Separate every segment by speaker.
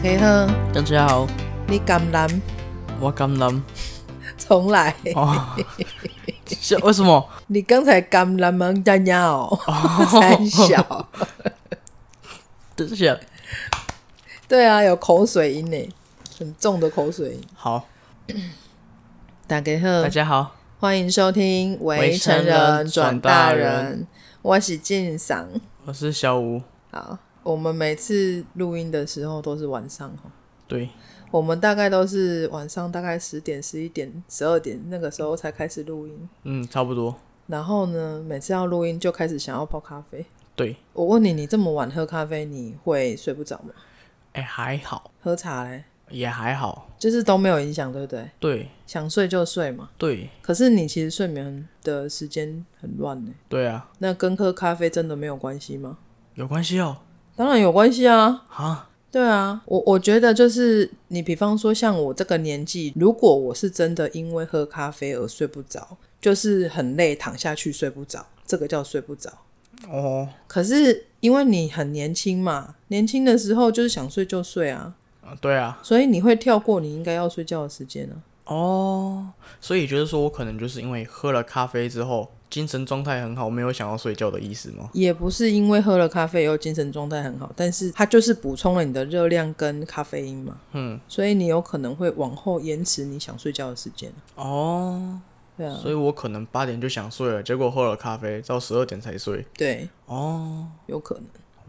Speaker 1: 你好，
Speaker 2: 大家好，
Speaker 1: 你甘蓝
Speaker 2: 我甘蓝。
Speaker 1: 重来，
Speaker 2: 哦，是为什么？
Speaker 1: 你刚才甘蓝忙大家哦，三小，
Speaker 2: 等一下，
Speaker 1: 对啊，有口水音呢，很重的口水音。
Speaker 2: 好，
Speaker 1: 大家好，
Speaker 2: 大家好，
Speaker 1: 欢迎收听《围
Speaker 2: 围
Speaker 1: 城
Speaker 2: 城
Speaker 1: 人
Speaker 2: 人
Speaker 1: 转
Speaker 2: 转
Speaker 1: 大
Speaker 2: 大
Speaker 1: 人》，我是晋赏。
Speaker 2: 我是小吴。
Speaker 1: 好，我们每次录音的时候都是晚上哦，
Speaker 2: 对，
Speaker 1: 我们大概都是晚上大概十点、十一点、十二点那个时候才开始录音。
Speaker 2: 嗯，差不多。
Speaker 1: 然后呢，每次要录音就开始想要泡咖啡。
Speaker 2: 对，
Speaker 1: 我问你，你这么晚喝咖啡，你会睡不着吗？
Speaker 2: 哎、还好，
Speaker 1: 喝茶嘞，
Speaker 2: 也还好。
Speaker 1: 就是都没有影响，对不对？
Speaker 2: 对，
Speaker 1: 想睡就睡嘛。
Speaker 2: 对，
Speaker 1: 可是你其实睡眠的时间很乱呢，
Speaker 2: 对啊，
Speaker 1: 那跟喝咖啡真的没有关系吗？
Speaker 2: 有关系哦。
Speaker 1: 当然有关系啊。
Speaker 2: 啊，
Speaker 1: 对啊，我我觉得就是你，比方说像我这个年纪，如果我是真的因为喝咖啡而睡不着，就是很累，躺下去睡不着，这个叫睡不着。
Speaker 2: 哦，
Speaker 1: 可是因为你很年轻嘛，年轻的时候就是想睡就睡啊，
Speaker 2: 啊对啊，
Speaker 1: 所以你会跳过你应该要睡觉的时间啊。
Speaker 2: 哦，所以就是说我可能就是因为喝了咖啡之后，精神状态很好，没有想要睡觉的意思吗？
Speaker 1: 也不是因为喝了咖啡以后精神状态很好，但是它就是补充了你的热量跟咖啡因嘛，
Speaker 2: 嗯，
Speaker 1: 所以你有可能会往后延迟你想睡觉的时间。
Speaker 2: 哦，
Speaker 1: 对啊，
Speaker 2: 所以我可能八点就想睡了，结果喝了咖啡到十二点才睡。
Speaker 1: 对，啊
Speaker 2: 哦，
Speaker 1: 有可能。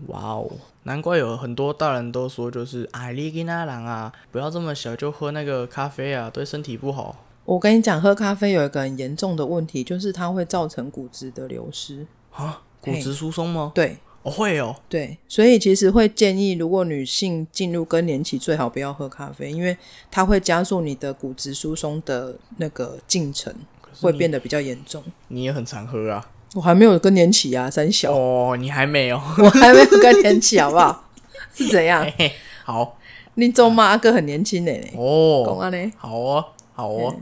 Speaker 2: 哇哦，难怪有很多大人都说，就是哎，利吉那郎啊，不要这么小就喝那个咖啡啊，对身体不好。
Speaker 1: 我跟你讲，喝咖啡有一个很严重的问题，就是它会造成骨质的流失。
Speaker 2: 啊，骨质疏松吗？
Speaker 1: 对
Speaker 2: 哦，会哦，
Speaker 1: 对，所以其实会建议，如果女性进入更年期，最好不要喝咖啡，因为它会加速你的骨质疏松的那个进程，会变得比较严重。
Speaker 2: 你也很常喝啊。
Speaker 1: 我还没有更年期啊，三小，
Speaker 2: 哦，你还没有。
Speaker 1: 我还没有更年期，好不 好？是怎样
Speaker 2: 嘿？嘿， 好
Speaker 1: 你周妈阿哥很年轻呢、讲
Speaker 2: 哦，
Speaker 1: 啊呢，
Speaker 2: 好哦，好哦，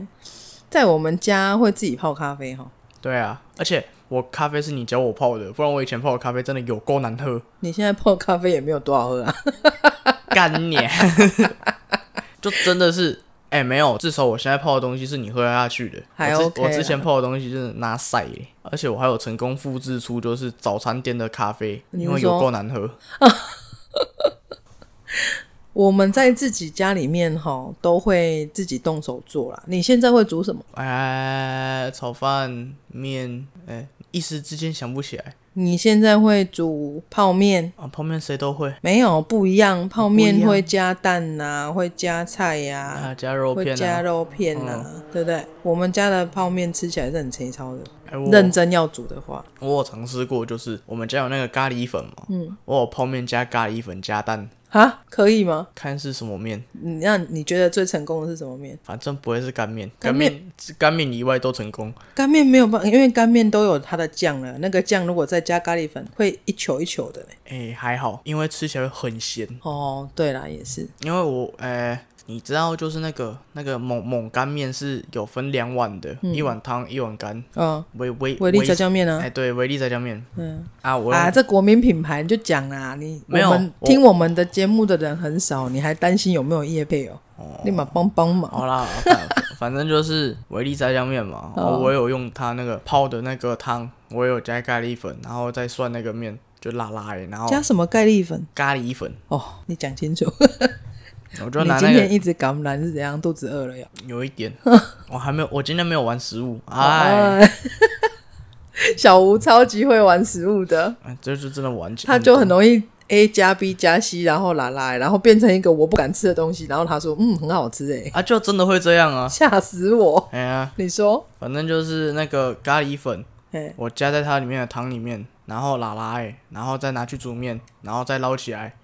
Speaker 1: 在我们家会自己泡咖啡哈。
Speaker 2: 对啊，而且我咖啡是你教我泡的，不然我以前泡的咖啡真的有够难喝，
Speaker 1: 你现在泡咖啡也没有多少喝啊。
Speaker 2: 干你！ 就真的是，哎、没有，至少我现在泡的东西是你喝得下去的。
Speaker 1: 还
Speaker 2: 我之
Speaker 1: OK
Speaker 2: 我
Speaker 1: 啦
Speaker 2: 之前泡的东西就是拿晒耶，而且我还有成功复制出就是早餐店的咖啡，
Speaker 1: 你
Speaker 2: 因
Speaker 1: 是
Speaker 2: 为
Speaker 1: 说
Speaker 2: 有够难喝。
Speaker 1: 我们在自己家里面哈，都会自己动手做啦。你现在会煮什么？
Speaker 2: 哎、炒饭面，哎、一时之间想不起来
Speaker 1: 你现在会煮泡面？
Speaker 2: 啊。泡面谁都会
Speaker 1: 没有不一样，泡
Speaker 2: 不一
Speaker 1: 面
Speaker 2: 样
Speaker 1: 会加蛋呐、会加菜呀、
Speaker 2: 啊，加肉
Speaker 1: 会
Speaker 2: 片
Speaker 1: 加
Speaker 2: 啊。
Speaker 1: 肉片呐、对不对？我们家的泡面吃起来是很粗糙的，
Speaker 2: 哎、我
Speaker 1: 认真要煮的话，
Speaker 2: 我有尝试过，就是我们家有那个咖喱粉嘛，嗯，我有泡面加咖喱粉加蛋，
Speaker 1: 哈，可以吗？
Speaker 2: 看是什么面，
Speaker 1: 你那你觉得最成功的是什么面？
Speaker 2: 反正不会是干面，
Speaker 1: 干
Speaker 2: 干
Speaker 1: 面
Speaker 2: 面干面以外都成功。
Speaker 1: 干面没有办法，因为干面都有它的酱了，那个酱如果再加咖喱粉，会一球一球的嘞。
Speaker 2: 哎、还好，因为吃起来会很咸。
Speaker 1: 哦，对啦，也是，
Speaker 2: 因为我，哎、你知道，就是那个那个猛猛干面是有分两碗的，一碗汤，一碗干。
Speaker 1: 嗯，
Speaker 2: 维维
Speaker 1: 维嗯力炸酱面
Speaker 2: 哎、
Speaker 1: 啊，
Speaker 2: 对，维力炸酱面
Speaker 1: 嗯
Speaker 2: 啊，我用
Speaker 1: 啊，这国民品牌你就讲啦，你
Speaker 2: 没有
Speaker 1: 我们
Speaker 2: 我
Speaker 1: 听我们的节目的人很少，你还担心有没有业配哦？立马帮帮忙，
Speaker 2: 好啦，反反正就是维力炸酱 面嘛，
Speaker 1: 哦
Speaker 2: 然后我有用它那个泡的那个汤，我有加咖喱粉，然后再涮那个面，就辣辣的，然后
Speaker 1: 加什么钙粒粉？
Speaker 2: 咖喱粉，
Speaker 1: 哦，你讲清楚，
Speaker 2: 我就
Speaker 1: 你
Speaker 2: 拿
Speaker 1: 今
Speaker 2: 那
Speaker 1: 天
Speaker 2: 个
Speaker 1: 一直感染是怎样？肚子饿了呀？
Speaker 2: 有一 点，我还没有，我今天没有玩食物，哎，
Speaker 1: 哎， 小吴超级会玩食物的，
Speaker 2: 哎这就真的玩起来
Speaker 1: 他就
Speaker 2: 多
Speaker 1: 很容易 A 加 B 加 C，然后啦啦，然后变成一个我不敢吃的东西，然后他说嗯很好吃哎，
Speaker 2: 啊，就真的会这样 啊！
Speaker 1: 吓死我！
Speaker 2: 哎呀，
Speaker 1: 你说，
Speaker 2: 反正就是那个咖喱粉，
Speaker 1: 哎，
Speaker 2: 我加在它里面的汤里面，然后拉拉哎，然后再拿去煮面，然后再捞起来，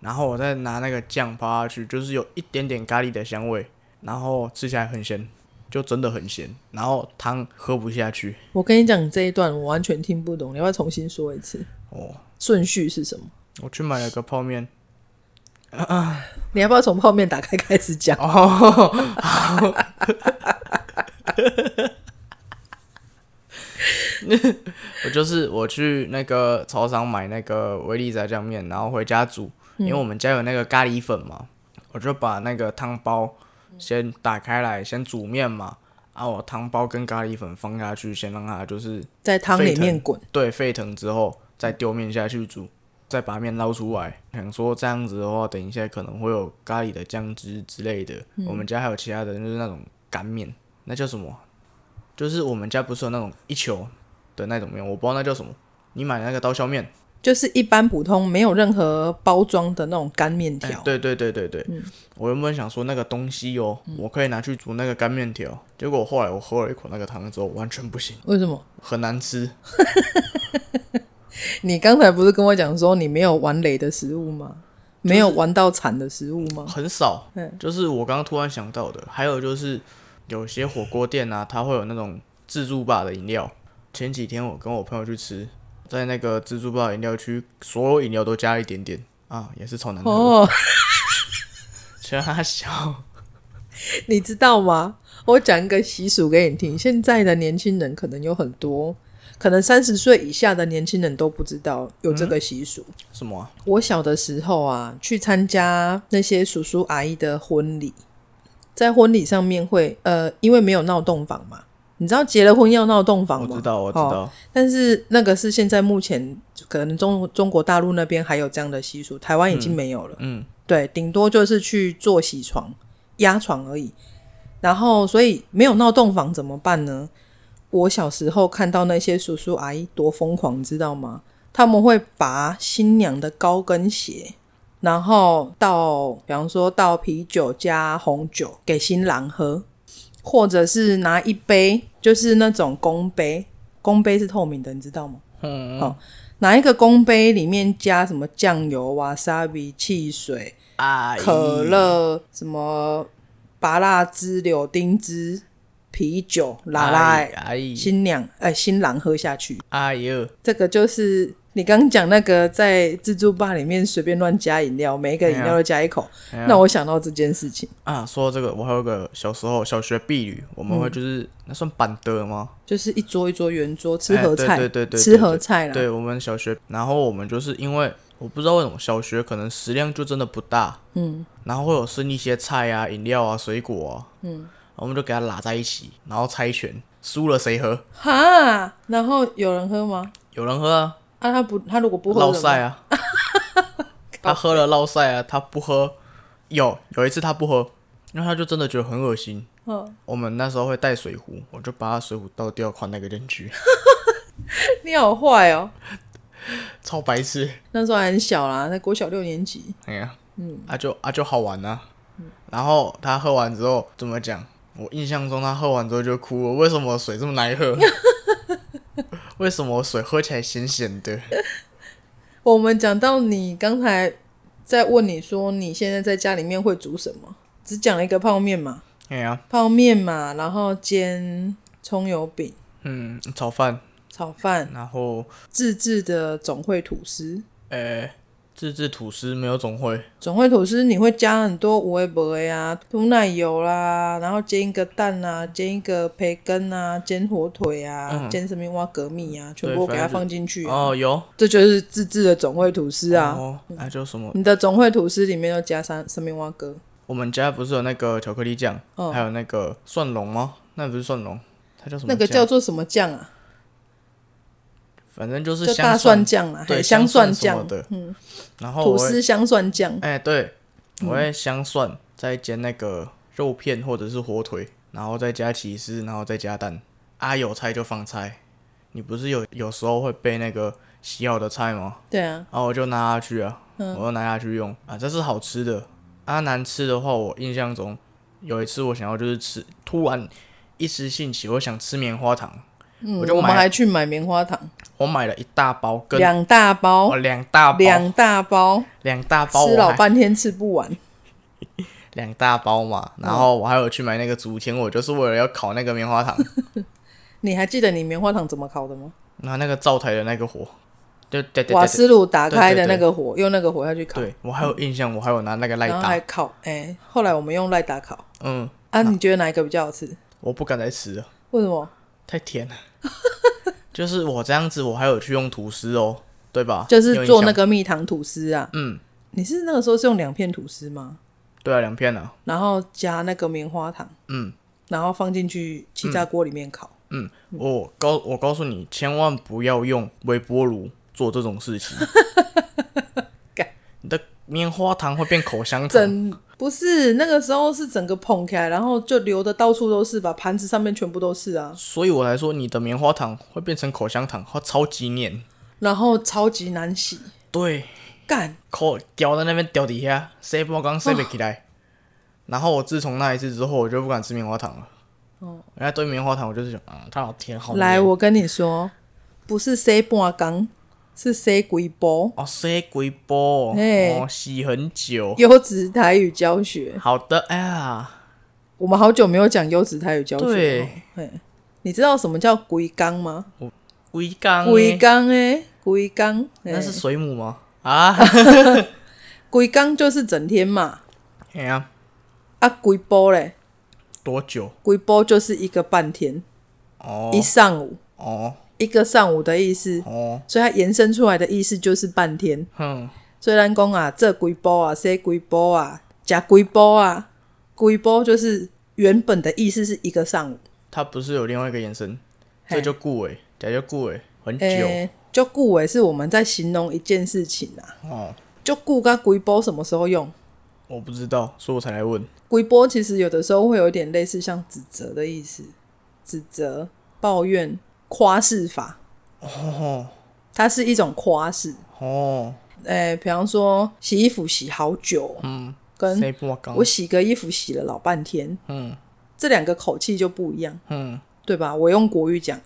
Speaker 2: 然后我再拿那个酱泡下去，就是有一点点咖喱的香味，然后吃起来很咸，就真的很咸，然后汤喝不下去
Speaker 1: 我跟你讲你这一段我完全听不懂，你要不要重新说一次？
Speaker 2: 哦。
Speaker 1: 顺序是什么？
Speaker 2: 我去买了个泡面，
Speaker 1: 你要不要从泡面打开开始讲？
Speaker 2: 哦，我就是我去那个超商买那个维力炸酱面，然后回家煮，因为我们家有那个咖喱粉嘛，我就把那个汤包先打开来，先煮面嘛，啊，我汤包跟咖喱粉放下去，先让它就是
Speaker 1: 在汤里
Speaker 2: 沸
Speaker 1: 面
Speaker 2: 腾
Speaker 1: 滚，
Speaker 2: 对沸腾之后，再丢面下去煮，再把面捞出来。想说这样子的话，等一下可能会有咖喱的酱汁之类的。我们家还有其他的，就是那种干面，那叫什么啊？就是我们家不是有那种一球的那种面，我不知道那叫什么。你买的那个刀削面，
Speaker 1: 就是一般普通没有任何包装的那种干面
Speaker 2: 哎
Speaker 1: 条。
Speaker 2: 对对对对对，我原本想说那个东西哦，我可以拿去煮那个干面条，结果后来我喝了一口那个汤之后，完全不行，
Speaker 1: 为什么？
Speaker 2: 很难吃。
Speaker 1: 你刚才不是跟我讲说你没有玩累的食物吗？没有玩到惨的食物 吗？
Speaker 2: 很少
Speaker 1: 嗯，
Speaker 2: 就是我刚刚突然想到的。还有就是有些火锅店啊，它会有那种自助吧的饮料。前几天我跟我朋友去吃，在那个自助吧饮料区，所有饮料都加一点点啊，也是超难喝。
Speaker 1: 哦，
Speaker 2: 其他小，
Speaker 1: 你知道吗？我讲一个习俗给你听。现在的年轻人可能有很多，可能三十岁以下的年轻人都不知道有这个习俗。
Speaker 2: 什么、啊？
Speaker 1: 我小的时候啊，去参加那些叔叔阿姨的婚礼，在婚礼上面会呃，因为没有闹洞房嘛，你知道结了婚要闹洞房
Speaker 2: 我
Speaker 1: 吗？
Speaker 2: 知道，我知
Speaker 1: 哦
Speaker 2: 道，
Speaker 1: 但是那个是现在目前可能中中国大陆那边还有这样的习俗，台湾已经没有了。
Speaker 2: 嗯，
Speaker 1: 对，顶多就是去做洗床、压床而已。然后，所以没有闹洞房怎么办呢？我小时候看到那些叔叔阿姨多疯狂，你知道吗？他们会拔新娘的高跟鞋，然后倒，比方说倒啤酒加红酒给新郎喝，或者是拿一杯，就是那种公杯，公杯是透明的，你知道吗？
Speaker 2: 嗯，
Speaker 1: 好拿一个公杯里面加什么酱油、瓦萨比、汽水，
Speaker 2: 啊，
Speaker 1: 可乐、什么拔辣汁、柳丁汁、啤酒、拉拉、
Speaker 2: 哎，哎呦，
Speaker 1: 新娘呃新郎喝下去。
Speaker 2: 哎呦，
Speaker 1: 这个就是你刚刚讲那个在自助吧里面随便乱加饮料，每一个饮料都加一口。
Speaker 2: 哎呀
Speaker 1: 那我想到这件事情，
Speaker 2: 啊！说到这个，我还有个小时候小学婢女，我们会就是、那算板凳吗？
Speaker 1: 就是一桌一桌圆桌吃
Speaker 2: 哎
Speaker 1: 合菜，
Speaker 2: 对对对对对
Speaker 1: 吃合菜啦。
Speaker 2: 对我们小学，然后我们就是因为我不知道为什么小学可能食量就真的不大，
Speaker 1: 嗯，
Speaker 2: 然后会有剩一些菜啊、饮料啊、水果啊，嗯，我们就给它拉在一起，然后猜拳，输了谁喝？
Speaker 1: 哈，然后有人喝吗？
Speaker 2: 有人喝啊，
Speaker 1: 啊，他不，他如果不喝
Speaker 2: 落
Speaker 1: 怎么办
Speaker 2: 赛 啊，他喝了落赛啊，他不喝，有有一次他不喝，因为他就真的觉得很恶心。
Speaker 1: 嗯，
Speaker 2: 我们那时候会带水壶，我就把他水壶倒掉，换那个人去，
Speaker 1: 你好坏哦。
Speaker 2: 超白痴。
Speaker 1: 那时候还很小啦，在国小六年级，
Speaker 2: 哎呀，嗯，啊就啊就好玩呐、
Speaker 1: 嗯
Speaker 2: 然后他喝完之后怎么讲？我印象中他喝完之后就哭了，为什么我水这么难喝？ 为什么我水喝起来咸咸的？
Speaker 1: 我们讲到你刚才在问你说你现在在家里面会煮什么，只讲了一个泡面嘛，
Speaker 2: 哎呀，
Speaker 1: 泡面嘛，然后煎葱油饼、
Speaker 2: 嗯，炒饭，
Speaker 1: 炒饭、
Speaker 2: 然后
Speaker 1: 自制的总会吐司。
Speaker 2: 呃，自制吐司没有总会，
Speaker 1: 总会吐司你会加很多无为博呀，涂奶油啦，然后煎一个蛋啊，煎一个培根啊，煎火腿啊，
Speaker 2: 嗯
Speaker 1: 煎什么挖革米啊，
Speaker 2: 对
Speaker 1: 全部给它
Speaker 2: 反正就
Speaker 1: 放进去、啊。
Speaker 2: 哦，有，
Speaker 1: 这就是自制的总会吐司啊。
Speaker 2: 哦，那就什么，
Speaker 1: 你的总会吐司里面又加上生命蛙哥，
Speaker 2: 我们家不是有那个巧克力酱，
Speaker 1: 哦
Speaker 2: 还有那个蒜蓉吗？那不是蒜蓉，它叫什么酱？
Speaker 1: 那个叫做什么酱啊？
Speaker 2: 反正就是
Speaker 1: 就
Speaker 2: 香
Speaker 1: 大蒜酱啊，
Speaker 2: 对
Speaker 1: 嘿香蒜
Speaker 2: 蒜什么
Speaker 1: 酱，
Speaker 2: 的，嗯，然后
Speaker 1: 吐
Speaker 2: 我会
Speaker 1: 司香蒜酱。
Speaker 2: 哎、对，我
Speaker 1: 嗯
Speaker 2: 会香蒜，再煎那个肉片或者是火腿，然后再加起司，然后再加蛋。啊，有菜就放菜。你不是有有时候会备那个洗好的菜吗？
Speaker 1: 对啊，
Speaker 2: 然后我就拿下去啊，
Speaker 1: 嗯
Speaker 2: 我就拿下去用啊，这是好吃的。啊，难吃的话，我印象中有一次我想要就是吃，突然一时兴起，我想吃棉花糖，
Speaker 1: 嗯，
Speaker 2: 我就
Speaker 1: 我们
Speaker 2: 买
Speaker 1: 还去买棉花糖，
Speaker 2: 我买了一大包跟
Speaker 1: 两大包
Speaker 2: 哦，两大包，
Speaker 1: 两大包，
Speaker 2: 两大包，
Speaker 1: 吃
Speaker 2: 我
Speaker 1: 老
Speaker 2: 还
Speaker 1: 半天吃不完。
Speaker 2: 两大包嘛，
Speaker 1: 嗯
Speaker 2: 然后我还有去买那个竹签，我就是为了要烤那个棉 花糖，
Speaker 1: 你还记得你棉花糖怎么烤的吗？
Speaker 2: 然后那个灶台的那个火，对对对
Speaker 1: 瓦
Speaker 2: 对对，
Speaker 1: 斯炉打开的
Speaker 2: 对对
Speaker 1: 那
Speaker 2: 对
Speaker 1: 个火，用那个火要去烤，
Speaker 2: 对我还有印象，我还有拿那个赖
Speaker 1: 然后还
Speaker 2: 打，
Speaker 1: 烤。哎，后来我们用赖打烤
Speaker 2: 嗯，
Speaker 1: 啊，你觉得哪一个比较好吃？
Speaker 2: 我不敢再吃了，
Speaker 1: 为什么？
Speaker 2: 太甜了。 就是我这样子，我还有去用吐司哦，对吧？
Speaker 1: 就
Speaker 2: 有
Speaker 1: 是
Speaker 2: 印
Speaker 1: 做那
Speaker 2: 象
Speaker 1: 个蜜糖吐司啊。
Speaker 2: 嗯，
Speaker 1: 你是那个时候是用两片吐司吗？
Speaker 2: 对啊，两片啊，
Speaker 1: 然后加那个棉花糖，
Speaker 2: 嗯，
Speaker 1: 然后放进去气炸锅里面烤。
Speaker 2: 嗯，我告我告诉你，千万不要用微波炉做这种事情
Speaker 1: 干。
Speaker 2: 你的棉花糖会变口香糖，
Speaker 1: 整不是那个时候是整个捧起来，然后就流的到处都是吧，盘子上面全部都是啊，
Speaker 2: 所以我来说，你的棉花糖会变成口香糖，它超级黏。
Speaker 1: 然后超级难洗，
Speaker 2: 对，
Speaker 1: 干
Speaker 2: 口叼在那边叼底下，塞不刚塞不起来。然后我自从那一次之后，我就不敢吃棉花糖了。哦，人家对棉花糖，我就是想啊，它好甜，好
Speaker 1: 来，
Speaker 2: 黏
Speaker 1: 我跟你说，不是塞半缸，是塞几包。
Speaker 2: 哦，塞鬼波，
Speaker 1: 嘿
Speaker 2: 哦，洗很久。
Speaker 1: 优质台语教学，
Speaker 2: 好的，哎呀，
Speaker 1: 我们好久没有讲优质台语教学了。哦
Speaker 2: 对
Speaker 1: 嘿，你知道什么叫龟缸吗？
Speaker 2: 龟缸欸，
Speaker 1: 龟缸哎，龟缸，
Speaker 2: 那是
Speaker 1: 嘿
Speaker 2: 水母吗？ 啊，
Speaker 1: 龟缸就是整天嘛，
Speaker 2: 哎呀，
Speaker 1: 啊，龟包嘞，
Speaker 2: 多久？
Speaker 1: 龟包就是一个半天，
Speaker 2: 哦
Speaker 1: 一上午，
Speaker 2: 哦
Speaker 1: 一个上午的意思。
Speaker 2: 哦，
Speaker 1: 所以它延伸出来的意思就是半天。
Speaker 2: 哼，
Speaker 1: 所以咱讲啊，这龟包啊，这龟包啊，加龟包啊，龟包就是原本的意思是一个上午，
Speaker 2: 它不是有另外一个延伸？
Speaker 1: 嘿
Speaker 2: 这就顾尾，这就顾尾，很久
Speaker 1: 诶、就顾尾是我们在形容一件事情啊。
Speaker 2: 哦，
Speaker 1: 就顾跟龟包什么时候用？
Speaker 2: 我不知道，所以我才来问。
Speaker 1: 龟包其实有的时候会有点类似像指责的意思，指责、抱怨、夸饰法，
Speaker 2: 哦
Speaker 1: 它是一种夸饰。
Speaker 2: 哦，
Speaker 1: 诶、比方说洗衣服洗好久，
Speaker 2: 嗯，
Speaker 1: 跟
Speaker 2: 谁不刚
Speaker 1: 我？洗个衣服洗了老半天，
Speaker 2: 嗯
Speaker 1: 这两个口气就不一样，
Speaker 2: 嗯
Speaker 1: 对吧？我用国语讲，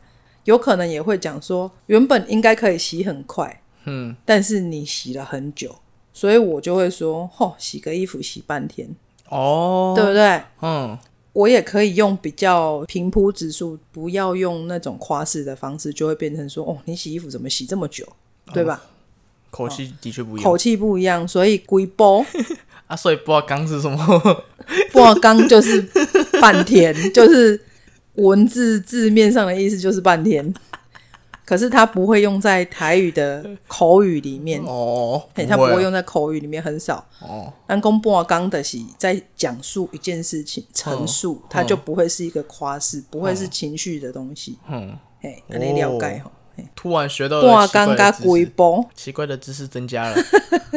Speaker 1: 有可能也会讲说，原本应该可以洗很快，
Speaker 2: 嗯，
Speaker 1: 但是你洗了很久，所以我就会说，吼、洗个衣服洗半天，
Speaker 2: 哦，
Speaker 1: 对不对？
Speaker 2: 嗯
Speaker 1: 我也可以用比较平铺直述，不要用那种夸饰的方式，就会变成说，哦，你洗衣服怎么洗这么久，对吧？
Speaker 2: 哦口气的确不一样
Speaker 1: 口气不一样，所以龟波
Speaker 2: 啊，所以不知道刚是什么。
Speaker 1: 破缸就是半天，就是文字字面上的意思就是半天。 可是它不会用在台语的口语里面，
Speaker 2: 哦，
Speaker 1: 嘿，它不会
Speaker 2: 啊
Speaker 1: 用在口语里面，很少。
Speaker 2: 哦，
Speaker 1: 但公破缸的是在讲述一件事情，陈述，它就不会是一个夸饰，不会是情绪的东西。
Speaker 2: 哼，
Speaker 1: 嘿，那你了解吼？嘿
Speaker 2: 突然学到
Speaker 1: 半
Speaker 2: 了奇怪
Speaker 1: 缸
Speaker 2: 的
Speaker 1: 加
Speaker 2: 知
Speaker 1: 龟
Speaker 2: 识，
Speaker 1: 波，
Speaker 2: 奇怪的知识增加了，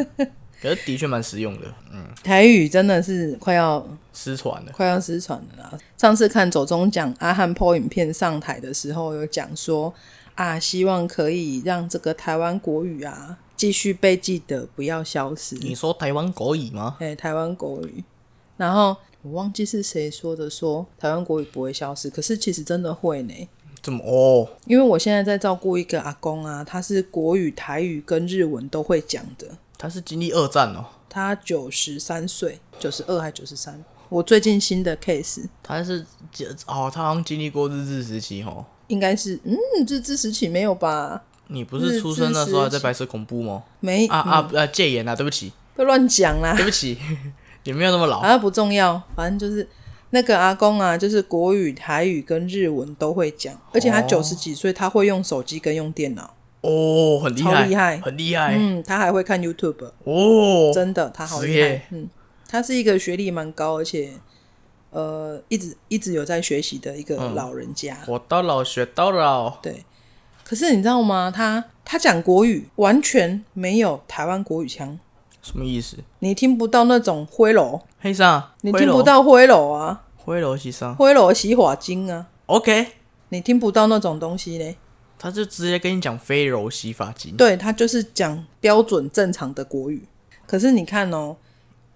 Speaker 2: 可是的确蛮实用的，嗯，
Speaker 1: 台语真的是快要
Speaker 2: 失传了。
Speaker 1: 快要失传了啦。上次看走中奖阿汉 PO 影片上台的时候，有讲说啊，希望可以让这个台湾国语啊继续被记得，不要消失。
Speaker 2: 你说台湾国语吗？
Speaker 1: 哎、台湾国语，然后我忘记是谁说的说，台湾国语不会消失，可是其实真的会呢。
Speaker 2: 怎么？哦，
Speaker 1: 因为我现在在照顾一个阿公啊，他是国语、台语跟日文都会讲的，
Speaker 2: 他是经历二战哦，
Speaker 1: 他九十三岁，九十二还九十三。我最近新的 case
Speaker 2: 他是哦，他好像经历过日治时期哦。
Speaker 1: 应该是，嗯，日治时期没有吧？
Speaker 2: 你不是出生的时候还在白色恐怖吗？
Speaker 1: 没
Speaker 2: 啊啊啊！戒严啊，对不起，
Speaker 1: 不要乱讲啦，
Speaker 2: 对不起，也没有那么老。
Speaker 1: 啊不重要，反正就是那个阿公啊，就是国语、台语跟日文都会讲，而且他
Speaker 2: 哦
Speaker 1: 九十几岁，他会用手机跟用电脑，
Speaker 2: 哦，很厉
Speaker 1: 超
Speaker 2: 害，
Speaker 1: 厉害
Speaker 2: 很厉害。
Speaker 1: 嗯，他还会看 YouTube，
Speaker 2: 哎哦，
Speaker 1: 真的，他好厉
Speaker 2: 职
Speaker 1: 害
Speaker 2: 业，
Speaker 1: 嗯，他是一个学历蛮高，而且呃一直一直有在学习的一个
Speaker 2: 嗯
Speaker 1: 老人家，
Speaker 2: 活到老学到老。
Speaker 1: 对。可是你知道吗？他他讲国语完全没有台湾国语腔，
Speaker 2: 什么意思？
Speaker 1: 你听不到那种灰楼，
Speaker 2: 黑上，
Speaker 1: 你听不到灰楼啊，
Speaker 2: 灰楼西上。
Speaker 1: 灰楼洗发精啊。
Speaker 2: OK，
Speaker 1: 你听不到那种东西嘞。
Speaker 2: 他就直接跟你讲飞柔洗发精。
Speaker 1: 对他就是讲标准正常的国语，可是你看哦，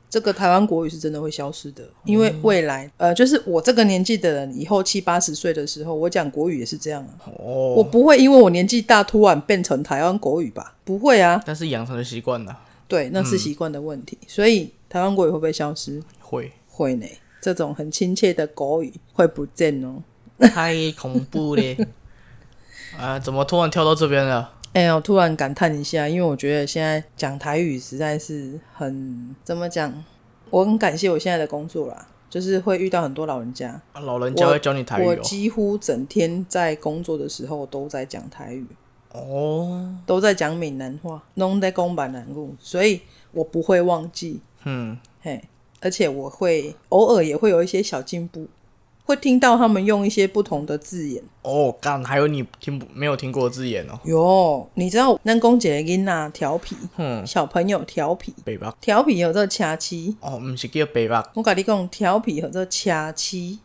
Speaker 1: 这个台湾国语是真的会消失的，因为未来呃，就是我这个年纪的人，以后七八十岁的时候，我讲国语也是这样啊。我
Speaker 2: 哦，
Speaker 1: 不会因为我年纪大突然变成台湾国语吧？不会啊，
Speaker 2: 但是养成的习惯了，
Speaker 1: 对，那是习惯的问题。所以台湾国语会不会消失？
Speaker 2: 会
Speaker 1: 会呢，这种很亲切的国语会不见哦。
Speaker 2: 太恐怖嘞。啊，怎么突然跳到这边了？
Speaker 1: 哎、我突然感叹一下，因为我觉得现在讲台语实在是很怎么讲，我很感谢我现在的工作啦，就是会遇到很多老人家，
Speaker 2: 啊老人家会教你台
Speaker 1: 我
Speaker 2: 语哦
Speaker 1: 几乎整天在工作的时候都在讲台语，
Speaker 2: 哦。哦，
Speaker 1: 都在讲闽南话，弄在公版南语，所以我不会忘记。
Speaker 2: 嗯，
Speaker 1: 嘿，而且我会偶尔也会有一些小进步，会听到他们用一些不同的字眼。
Speaker 2: 哦，干，还有你听不没有听过的字眼哦，
Speaker 1: 哟，你知道南宫姐的囡仔调皮，
Speaker 2: 哼，
Speaker 1: 小朋友调皮，
Speaker 2: 北北
Speaker 1: 调皮有这掐七，
Speaker 2: 哦，唔是叫北北，
Speaker 1: 我跟你讲，调皮有这掐七，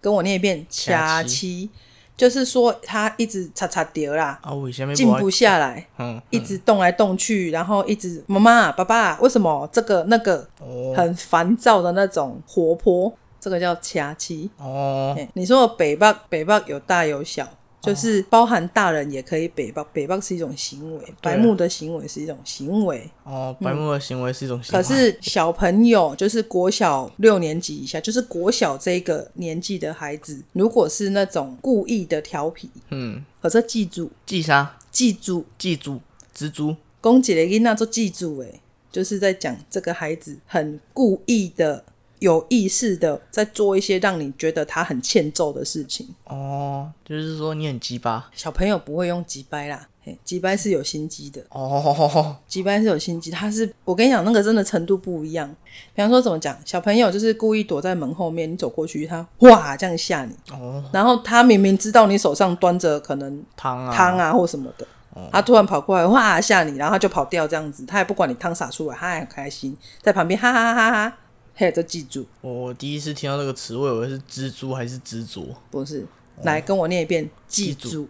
Speaker 1: 跟我念一遍掐
Speaker 2: 掐
Speaker 1: 七，就是说他一直擦擦掉啦，
Speaker 2: 啊，为什么
Speaker 1: 静
Speaker 2: 不爱？
Speaker 1: 不下来，
Speaker 2: 嗯，
Speaker 1: 一直动来动去，然后一直妈妈、爸爸，为什么这个那个
Speaker 2: 哦
Speaker 1: 很烦躁的那种活泼，这个叫掐七。
Speaker 2: 哦，
Speaker 1: 嘿你说的北霸北霸有大有小，就是包含大人也可以北霸。北霸是一种行为，白目的行为是一种行为。
Speaker 2: 哦，白目的行为是一种行
Speaker 1: 嗯可
Speaker 2: 为，
Speaker 1: 是小朋友就是国小六年级以下，就是国小这个年纪的孩子，如果是那种故意的调皮，
Speaker 2: 嗯，
Speaker 1: 可是记住
Speaker 2: 记啥？
Speaker 1: 记住，
Speaker 2: 记住，蜘蛛
Speaker 1: 公姐的囡那都记住诶，就是在讲这个孩子很故意的、有意识的在做一些让你觉得他很欠揍的事情。
Speaker 2: 哦，就是说你很鸡巴
Speaker 1: 小朋友不会用急掰啦，嘿，急掰是有心机的，
Speaker 2: 哦，
Speaker 1: 急掰是有心机，他是我跟你讲，那个真的程度不一样。比方说怎么讲，小朋友就是故意躲在门后面，你走过去，他哇这样吓你，
Speaker 2: 哦，
Speaker 1: 然后他明明知道你手上端着可能
Speaker 2: 汤啊，
Speaker 1: 汤啊或什么的，他突然跑过来哇吓你，然后他就跑掉这样子，他也不管你汤洒出来，他也很开心，在旁边哈哈哈哈哈，嘿，就记住
Speaker 2: 我第一次听到这个词，我以为是蜘蛛还是执着，
Speaker 1: 不是，来跟我念一遍，记
Speaker 2: 记
Speaker 1: 住，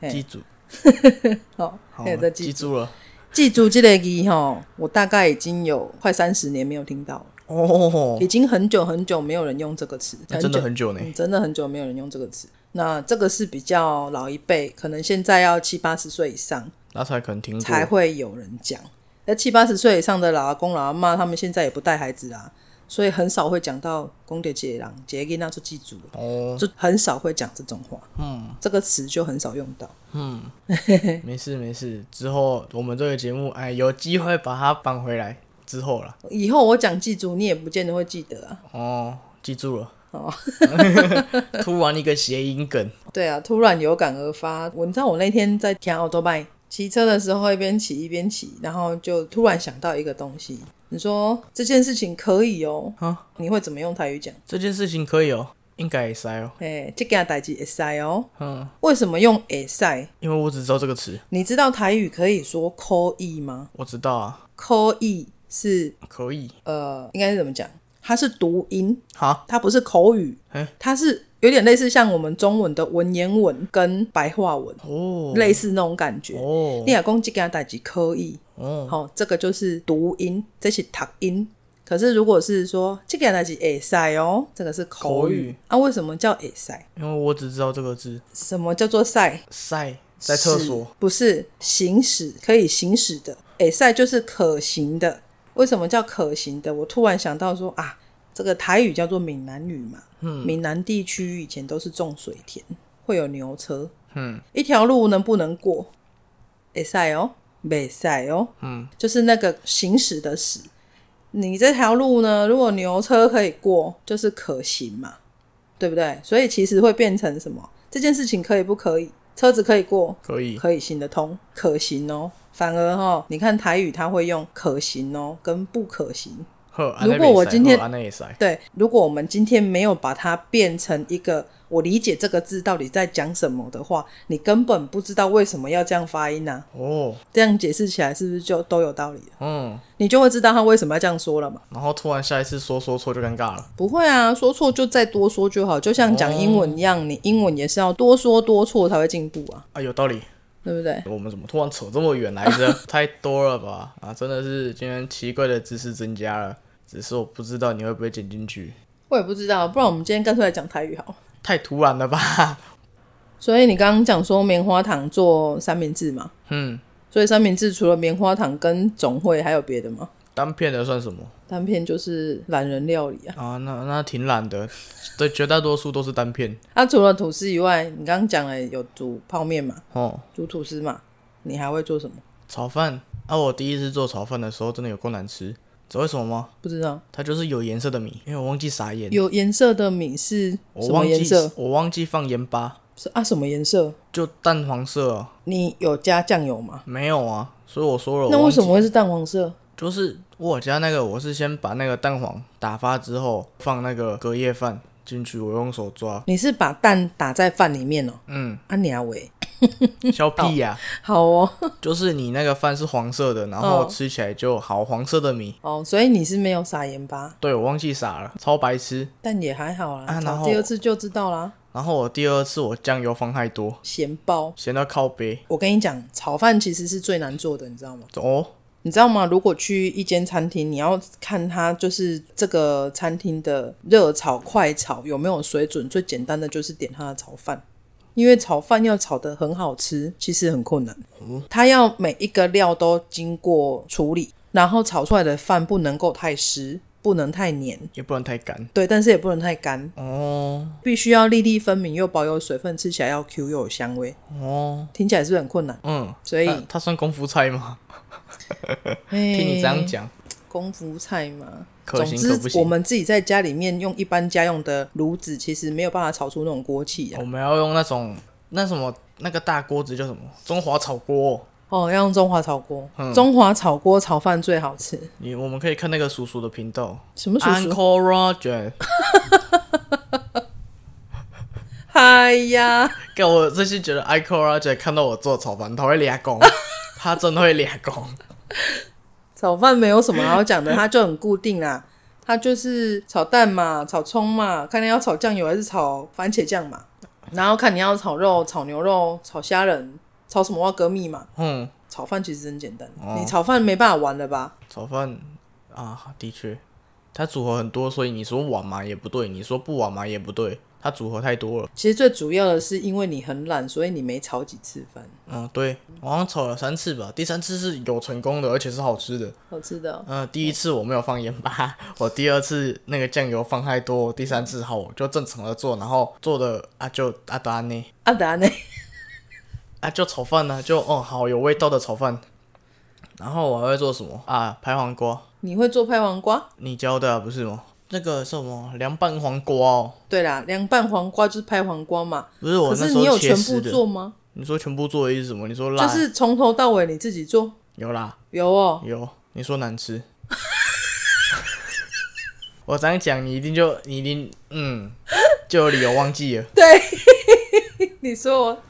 Speaker 1: 嘿
Speaker 2: 记住，
Speaker 1: 好，
Speaker 2: 好
Speaker 1: 嘿，再，记
Speaker 2: 记
Speaker 1: 住。
Speaker 2: 住了。
Speaker 1: 记住这个字吼，我大概已经有快三十年没有听到了，
Speaker 2: 哦
Speaker 1: 已，经很久很久没有人用这个词，
Speaker 2: 那真的
Speaker 1: 久
Speaker 2: 很久呢。
Speaker 1: 嗯真的很久没有人用这个词。那这个是比较老一辈，可能现在要七八十岁以上
Speaker 2: 那才可能听
Speaker 1: 才
Speaker 2: 过。
Speaker 1: 会有人讲。那七八十岁以上的老阿公、老阿妈，他们现在也不带孩子啦，所以很少会讲到“公爹姐郎”“姐给那就记住了
Speaker 2: 哦，”，
Speaker 1: 就很少会讲这种话，
Speaker 2: 嗯
Speaker 1: 这个词就很少用到。
Speaker 2: 嗯，没事没事。之后我们这个节目，哎，有机会把它绑回来之后啦。
Speaker 1: 以后我讲记住，你也不见得会记得啊。
Speaker 2: 哦，记住了。
Speaker 1: 哦，
Speaker 2: 突然一个谐音梗。
Speaker 1: 对啊，突然有感而发。我你知道我那天在听奥多拜骑车的时候，一边骑一边骑，然后就突然想到一个东西。你说这件事情可以哦，
Speaker 2: 啊
Speaker 1: 你会怎么用台语讲？
Speaker 2: 这件事情可以哦，应该也塞哦。
Speaker 1: 哎、这件代志会塞哦。
Speaker 2: 嗯，
Speaker 1: 为什么用会塞？
Speaker 2: 因为我只知道这个词，
Speaker 1: 你知道台语可以说可以吗？
Speaker 2: 我知道啊，
Speaker 1: 可以是
Speaker 2: 可以。
Speaker 1: 呃，应该是怎么讲？它是读音，
Speaker 2: 好，
Speaker 1: 它不是口语
Speaker 2: 哎，
Speaker 1: 它是有点类似像我们中文的文言文跟白话文，
Speaker 2: 哦，
Speaker 1: 类似那种感觉。
Speaker 2: 哦
Speaker 1: 你，若讲即件代志可以，
Speaker 2: 哦，
Speaker 1: 吼、这个就是读音，这是读音。可是如果是说这件代志会使哦，这个是口
Speaker 2: 口
Speaker 1: 语
Speaker 2: 语
Speaker 1: 啊。为什么叫会使？
Speaker 2: 因为我只知道这个字，
Speaker 1: 什么叫做赛？
Speaker 2: 塞在厕
Speaker 1: 使
Speaker 2: 所。
Speaker 1: 不是行驶可以行驶的，会使就是可行的。为什么叫可行的？我突然想到说啊，这个台语叫做闽南语嘛，嗯，闽南地区以前都是种水田，会有牛车，
Speaker 2: 嗯
Speaker 1: 一条路能不能过？会使哦，袂使哦，
Speaker 2: 嗯，
Speaker 1: 就是那个行驶的驶。你这条路呢，如果牛车可以过，就是可行嘛，对不对？所以其实会变成什么？这件事情可以不可以？车子可以过，
Speaker 2: 可以。
Speaker 1: 可以行得通，可行哦。反而哈、你看台语它会用可行哦跟不可行。
Speaker 2: 呵，啊
Speaker 1: 如果我今天
Speaker 2: 安内也塞，
Speaker 1: 对，如果我们今天没有把它变成一个我理解这个字到底在讲什么的话，你根本不知道为什么要这样发音啊呢、
Speaker 2: 哦，
Speaker 1: 这样解释起来是不是就都有道理了？
Speaker 2: 嗯，
Speaker 1: 你就会知道他为什么要这样说了嘛？
Speaker 2: 然后突然下一次说说错就尴尬了。
Speaker 1: 不会啊，说错就再多说就好，就像讲英文一样，你英文也是要多说多错才会进步啊，
Speaker 2: 啊，有道理。
Speaker 1: 对不对？
Speaker 2: 我们怎么突然扯这么远来 着？太多了吧？啊，真的是今天奇怪的知识增加了，只是我不知道你会不会剪进去。
Speaker 1: 我也不知道，不然我们今天干脆来讲台语好了。
Speaker 2: 太突然了吧？
Speaker 1: 所以你刚刚讲说棉花糖做三明治嘛，
Speaker 2: 嗯，
Speaker 1: 所以三明治除了棉花糖跟总会，还有别的吗？
Speaker 2: 单片的算什么
Speaker 1: 单片就是懒人料理啊。
Speaker 2: 啊？那那挺懒的，对，绝大多数都是单片。
Speaker 1: 那、啊除了吐司以外，你刚刚讲了有煮泡面嘛，
Speaker 2: 哦，
Speaker 1: 煮吐司嘛，你还会做什么？
Speaker 2: 炒饭啊，我第一次做炒饭的时候真的有够难吃，知道为什么吗？
Speaker 1: 不知道
Speaker 2: 它就是有颜色的米，因为我忘记撒盐，
Speaker 1: 有颜色的米是
Speaker 2: 我
Speaker 1: 什么
Speaker 2: 忘
Speaker 1: 颜
Speaker 2: 记
Speaker 1: 色？
Speaker 2: 我忘记放盐巴，
Speaker 1: 是啊，什么颜色？
Speaker 2: 就淡黄色、哦，
Speaker 1: 你有加酱油吗？
Speaker 2: 没有啊，所以我说了，
Speaker 1: 那
Speaker 2: 我忘
Speaker 1: 为
Speaker 2: 记
Speaker 1: 什么会是淡黄色？
Speaker 2: 就是我家那个，我是先把那个蛋黄打发之后，放那个隔夜饭进去，我用手抓，
Speaker 1: 你是把蛋打在饭里面哦，
Speaker 2: 嗯，
Speaker 1: 啊你啊喂，
Speaker 2: 削屁呀、
Speaker 1: 好哦，
Speaker 2: 就是你那个饭是黄色的，然后
Speaker 1: 哦
Speaker 2: 吃起来就好黄色的米。
Speaker 1: 哦，所以你是没有撒盐巴，
Speaker 2: 对，我忘记撒了，超白痴。
Speaker 1: 但也还好啦，
Speaker 2: 啊然
Speaker 1: 炒
Speaker 2: 后
Speaker 1: 第二次就知道啦，
Speaker 2: 然后我第二次我酱油放太多，
Speaker 1: 咸包。
Speaker 2: 咸到靠背。
Speaker 1: 我跟你讲，炒饭其实是最难做的，你知道吗？
Speaker 2: 哦，
Speaker 1: 你知道吗？如果去一间餐厅，你要看它就是这个餐厅的热炒、快炒有没有水准。最简单的就是点它的炒饭，因为炒饭要炒得很好吃，其实很困难。
Speaker 2: 嗯
Speaker 1: 它要每一个料都经过处理，然后炒出来的饭不能够太湿，不能太黏，
Speaker 2: 也不能太干。
Speaker 1: 对，但是也不能太干，
Speaker 2: 哦
Speaker 1: 必须要粒粒分明，又保有水分，吃起来要 Q 又有香味。
Speaker 2: 哦，
Speaker 1: 听起来是不是很困难？
Speaker 2: 嗯，
Speaker 1: 所以，
Speaker 2: 它它算功夫菜吗？
Speaker 1: 听
Speaker 2: 听你这样讲，
Speaker 1: 功夫菜嘛。
Speaker 2: 可
Speaker 1: 总
Speaker 2: 行
Speaker 1: 之
Speaker 2: 可不，
Speaker 1: 我
Speaker 2: 行。
Speaker 1: 们自己在家里面用一般家用的炉子，其实没有办法炒出那种锅气啊
Speaker 2: 我。们要用那种那什么那个大锅子叫什么？中华炒锅哦。
Speaker 1: 哦，要用中华炒锅，
Speaker 2: 嗯
Speaker 1: 中华炒锅炒饭最好吃。
Speaker 2: 你我们可以看那个叔叔的频道
Speaker 1: 什么叔
Speaker 2: u n
Speaker 1: 叔？
Speaker 2: c l e Roger。
Speaker 1: 哎呀，
Speaker 2: 给我最近觉得 Uncle Roger 看到我做炒饭，他会俩 拱，他真的会俩拱。
Speaker 1: 炒饭没有什么好讲的，它就很固定啦。它就是炒蛋嘛，炒葱嘛，看你要炒酱油还是炒番茄酱嘛，然后看你要炒肉、炒牛肉、炒虾仁、炒什么哇格米嘛。
Speaker 2: 嗯，
Speaker 1: 炒饭其实很简单，
Speaker 2: 哦
Speaker 1: 你炒饭没办法玩了吧？
Speaker 2: 炒饭啊，的确，它组合很多，所以你说晚嘛也不对，你说不晚嘛也不对，它组合太多了。
Speaker 1: 其实最主要的是因为你很懒，所以你没炒几次饭。
Speaker 2: 嗯，对，我好像炒了三次吧，第三次是有成功的，而且是好吃的。
Speaker 1: 好吃的哦、
Speaker 2: 嗯、第一次我没有放盐巴， 我第二次那个酱油放太多，第三次好我就正常的做，然后做的啊就啊达呢
Speaker 1: 阿达呢？
Speaker 2: 啊就炒饭呢、就哦好有味道的炒饭。然后我还会做什么啊？拍黄瓜，
Speaker 1: 你会做拍黄瓜？
Speaker 2: 你教的、啊、不是吗？那个什么凉拌黄瓜哦，
Speaker 1: 对啦，凉拌黄瓜就是拍黄瓜嘛。
Speaker 2: 不是我
Speaker 1: 可
Speaker 2: 那
Speaker 1: 是
Speaker 2: 时
Speaker 1: 你
Speaker 2: 候
Speaker 1: 有
Speaker 2: 切
Speaker 1: 全
Speaker 2: 丝
Speaker 1: 部
Speaker 2: 的。
Speaker 1: 做吗？
Speaker 2: 你说全部做的意思是什么？你说辣？
Speaker 1: 就是从头到尾你自己做？
Speaker 2: 有啦，
Speaker 1: 有哦，
Speaker 2: 有。你说难吃， 我这样讲你一定就你一定嗯，就有理由忘记了。
Speaker 1: 你说我，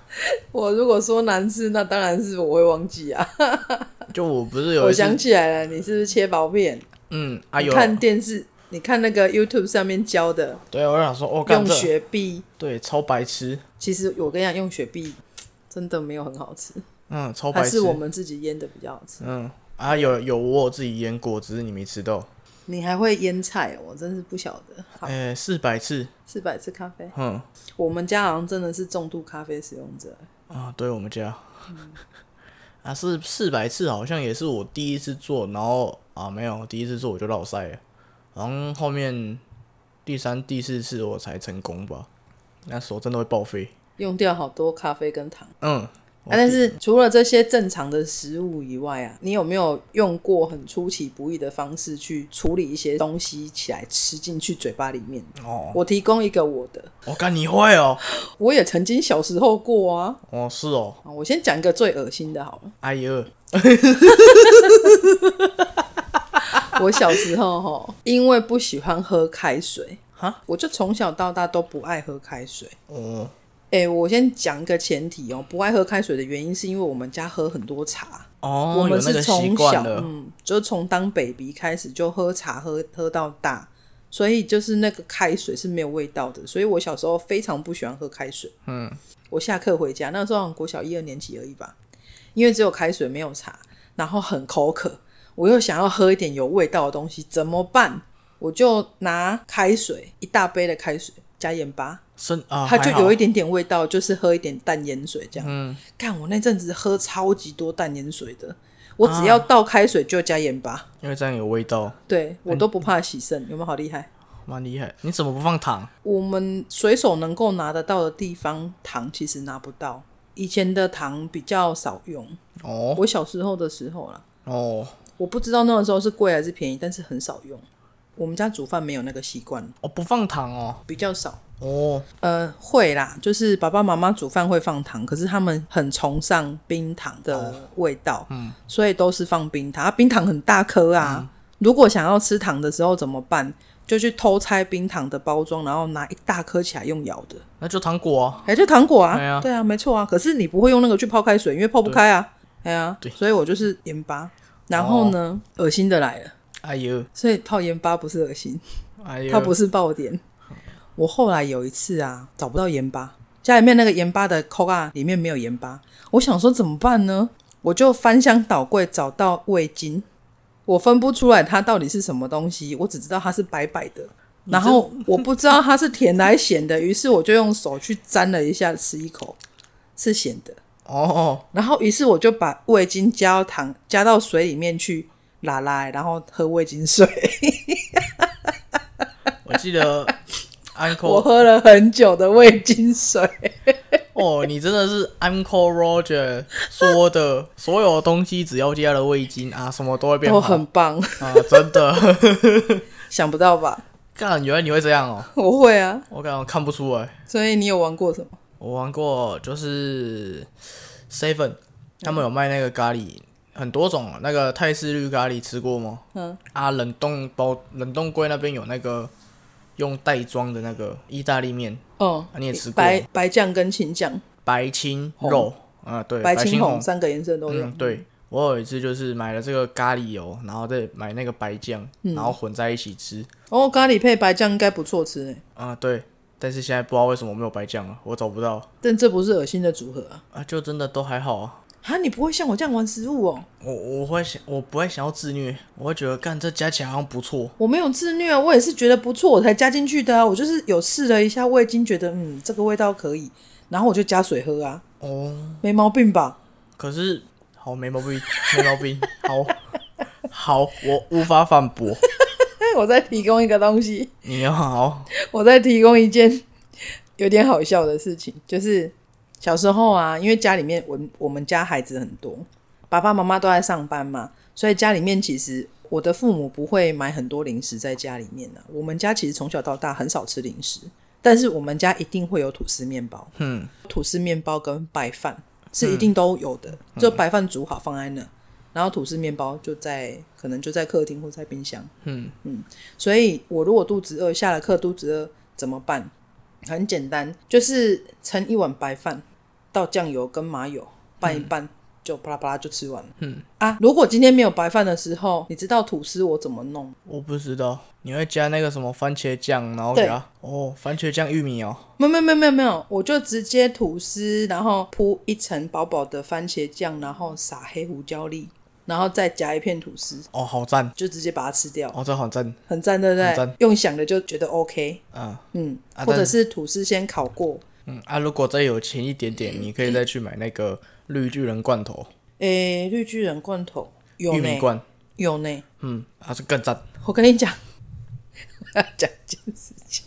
Speaker 1: 我如果说难吃，那当然是我会忘记啊。
Speaker 2: 就我不是 有
Speaker 1: 我
Speaker 2: 一次
Speaker 1: 想起来了，你是不是切薄片？
Speaker 2: 嗯啊
Speaker 1: 你
Speaker 2: 有，
Speaker 1: 看电视，你看那个 YouTube 上面教的，
Speaker 2: 对我就想说哦，干
Speaker 1: 用
Speaker 2: 这
Speaker 1: 雪碧。
Speaker 2: 对超白痴，
Speaker 1: 其实我跟你讲，用雪碧真的没有很好吃，
Speaker 2: 嗯超白
Speaker 1: 还
Speaker 2: 痴
Speaker 1: 是，我们自己腌的比较好吃。
Speaker 2: 嗯啊有有我有自己腌过，只是你没吃到，
Speaker 1: 你还会腌菜哦，我真是不晓得。好，
Speaker 2: 哎四百次，
Speaker 1: 四百次咖啡。
Speaker 2: 嗯
Speaker 1: 我们家好像真的是重度咖啡使用者。
Speaker 2: 啊对我们家。 啊，是四百次，好像也是我第一次做，然后啊没有，第一次做我就落塞了，然后后面第三、第四次我才成功吧，那手真的会报废。
Speaker 1: 用掉好多咖啡跟糖、
Speaker 2: 嗯，
Speaker 1: 啊，但是除了这些正常的食物以外啊，你有没有用过很出其不意的方式去处理一些东西起来吃进去嘴巴里面？
Speaker 2: 哦，
Speaker 1: 我提供一个我的，
Speaker 2: 我、干你会哦，
Speaker 1: 我也曾经小时候过啊。
Speaker 2: 哦是哦，
Speaker 1: 啊我先讲一个最恶心的好了。
Speaker 2: 哎呦，
Speaker 1: 我小时候哈，因为不喜欢喝开水，
Speaker 2: 哈，
Speaker 1: 我就从小到大都不爱喝开水。
Speaker 2: 哦
Speaker 1: 哎、我先讲一个前提哦，不爱喝开水的原因是因为我们家喝很多茶，
Speaker 2: 哦，
Speaker 1: 我们
Speaker 2: 有那
Speaker 1: 是
Speaker 2: 个习
Speaker 1: 从
Speaker 2: 惯
Speaker 1: 小，
Speaker 2: 了，
Speaker 1: 嗯，就是从当 baby 开始就喝茶喝喝到大，所以就是那个开水是没有味道的，所以我小时候非常不喜欢喝开水。
Speaker 2: 嗯，
Speaker 1: 我下课回家那时候好像国小一二年级而已吧，因为只有开水没有茶，然后很口渴，我又想要喝一点有味道的东西，怎么办？我就拿开水一大杯的开水加盐巴，
Speaker 2: 生啊，
Speaker 1: 它就
Speaker 2: 还好
Speaker 1: 有一点点味道，就是喝一点淡盐水这样。
Speaker 2: 嗯，
Speaker 1: 干我那阵子喝超级多淡盐水的，我只要倒开水就加盐巴，
Speaker 2: 因为这样有味道，
Speaker 1: 对我都不怕洗肾，有没有好厉害？
Speaker 2: 蛮厉害。你怎么不放糖？
Speaker 1: 我们随手能够拿得到的地方，糖其实拿不到。以前的糖比较少用，
Speaker 2: 哦
Speaker 1: 我小时候的时候啦，
Speaker 2: 哦，
Speaker 1: 我不知道那个时候是贵还是便宜，但是很少用。我们家煮饭没有那个习惯，
Speaker 2: 我、不放糖哦，
Speaker 1: 比较少。
Speaker 2: 哦，
Speaker 1: 呃，会啦，就是爸爸妈妈煮饭会放糖，可是他们很崇尚冰糖的味道，嗯，所以都是放冰糖。啊、冰糖很大颗啊，如果想要吃糖的时候怎么办？就去偷拆冰糖的包装，然后拿一大颗起来用咬的，
Speaker 2: 那就糖果啊，
Speaker 1: 哎、就糖果啊，
Speaker 2: 哎呀
Speaker 1: 对啊，没错啊。可是你不会用那个去泡开水，因为泡不开啊，哎呀、
Speaker 2: 对
Speaker 1: 所以我就是盐巴。然后呢，恶心的来了，
Speaker 2: 哎呦，
Speaker 1: 所以泡盐巴不是恶心，
Speaker 2: 哎呦，
Speaker 1: 它不是爆点。我后来有一次啊，找不到盐巴，家里面那个盐巴的扣啊里面没有盐巴，我想说怎么办呢？我就翻箱倒柜找到味精，我分不出来它到底是什么东西，我只知道它是白白的，然后我不知道它是甜的还是咸的，于是我就用手去沾了一下，吃一口是咸的，
Speaker 2: 哦，
Speaker 1: 然后于是我就把味精加到糖加到水里面去拉拉，然后喝味精水。
Speaker 2: 我 记得
Speaker 1: 我
Speaker 2: Uncle，
Speaker 1: 喝了很久的味精水，
Speaker 2: 哦，你真的是 Uncle Roger 说的，所有东西只要加了味精啊，什么都会变
Speaker 1: 都
Speaker 2: 好
Speaker 1: 很棒，
Speaker 2: 啊，真的，
Speaker 1: 想不到吧？
Speaker 2: 干，原来你会这样哦，
Speaker 1: 我会啊，
Speaker 2: 我感觉看不出来。
Speaker 1: 所以你有玩过什么？
Speaker 2: 我玩过就是 Seven，他们有卖那个咖喱，很多种，啊那个泰式绿咖喱吃过吗？
Speaker 1: 嗯，
Speaker 2: 啊，冷冻包冷冻柜那边有那个用袋装的那个意大利面，
Speaker 1: 哦
Speaker 2: 啊你也吃过
Speaker 1: 白白酱跟青酱，
Speaker 2: 白青
Speaker 1: 红
Speaker 2: 肉，啊，对，
Speaker 1: 白
Speaker 2: 白
Speaker 1: 青
Speaker 2: 红，
Speaker 1: 三个颜色都有。
Speaker 2: 嗯，对。我有一次就是买了这个咖喱油，然后再买那个白酱，然后混在一起吃。
Speaker 1: 哦，咖喱配白酱应该不错吃欸诶，
Speaker 2: 啊、对。但是现在不知道为什么没有白酱了，我找不到
Speaker 1: 但这不是恶心的组合啊！
Speaker 2: 啊，就真的都还好啊。
Speaker 1: 啊，你不会像我这样玩食物哦？
Speaker 2: 我我会想，我不会想要自虐，我会觉得干这加起来好像不错。
Speaker 1: 我没有自虐啊，我也是觉得不错我才加进去的啊。我就是有试了一下味精，觉得嗯这个味道可以，然后我就加水喝啊，
Speaker 2: 哦，
Speaker 1: 没毛病吧？
Speaker 2: 可是好没毛病，没毛病，好好，我无法反驳。
Speaker 1: 我再提供一个东西，
Speaker 2: 你要好，
Speaker 1: 我再提供一件有点好笑的事情，就是小时候啊，因为家里面我我们家孩子很多，爸爸妈妈都在上班嘛，所以家里面其实我的父母不会买很多零食在家里面啊。我们家其实从小到大很少吃零食，但是我们家一定会有吐司面包，
Speaker 2: 嗯，
Speaker 1: 吐司面包跟白饭是一定都有的，就白饭煮好放在那，然后吐司面包就在可能就在客厅或在冰箱。
Speaker 2: 嗯
Speaker 1: 嗯，所以我如果肚子饿，下了课肚子饿怎么办？很简单，就是盛一碗白饭，倒酱油跟麻油拌一拌，就巴拉巴拉就吃完了。
Speaker 2: 嗯
Speaker 1: 啊，如果今天没有白饭的时候，你知道吐司我怎么弄吗？
Speaker 2: 我不知道，你会加那个什么番茄酱，然后给它哦，番茄酱玉米哦，
Speaker 1: 没有没有没有没有没有，我就直接吐司，然后铺一层薄薄的番茄酱，然后撒黑胡椒粒，然后再夹一片吐司，
Speaker 2: 哦，好赞，
Speaker 1: 就直接把它吃掉，
Speaker 2: 哦，这好赞，
Speaker 1: 很赞，对不
Speaker 2: 很
Speaker 1: 对
Speaker 2: 赞？
Speaker 1: 用想的就觉得 OK，
Speaker 2: 嗯
Speaker 1: 嗯，
Speaker 2: 啊
Speaker 1: 或者
Speaker 2: 但
Speaker 1: 是吐司先烤过，
Speaker 2: 嗯啊，如果再有钱一点
Speaker 1: 嗯
Speaker 2: 点，你可以再去买那个绿巨人罐头，
Speaker 1: 诶，绿巨人罐头有
Speaker 2: 玉
Speaker 1: 呢
Speaker 2: 米，罐，
Speaker 1: 有呢。
Speaker 2: 嗯，啊，是更赞，
Speaker 1: 我跟你讲， 我要讲一件事情，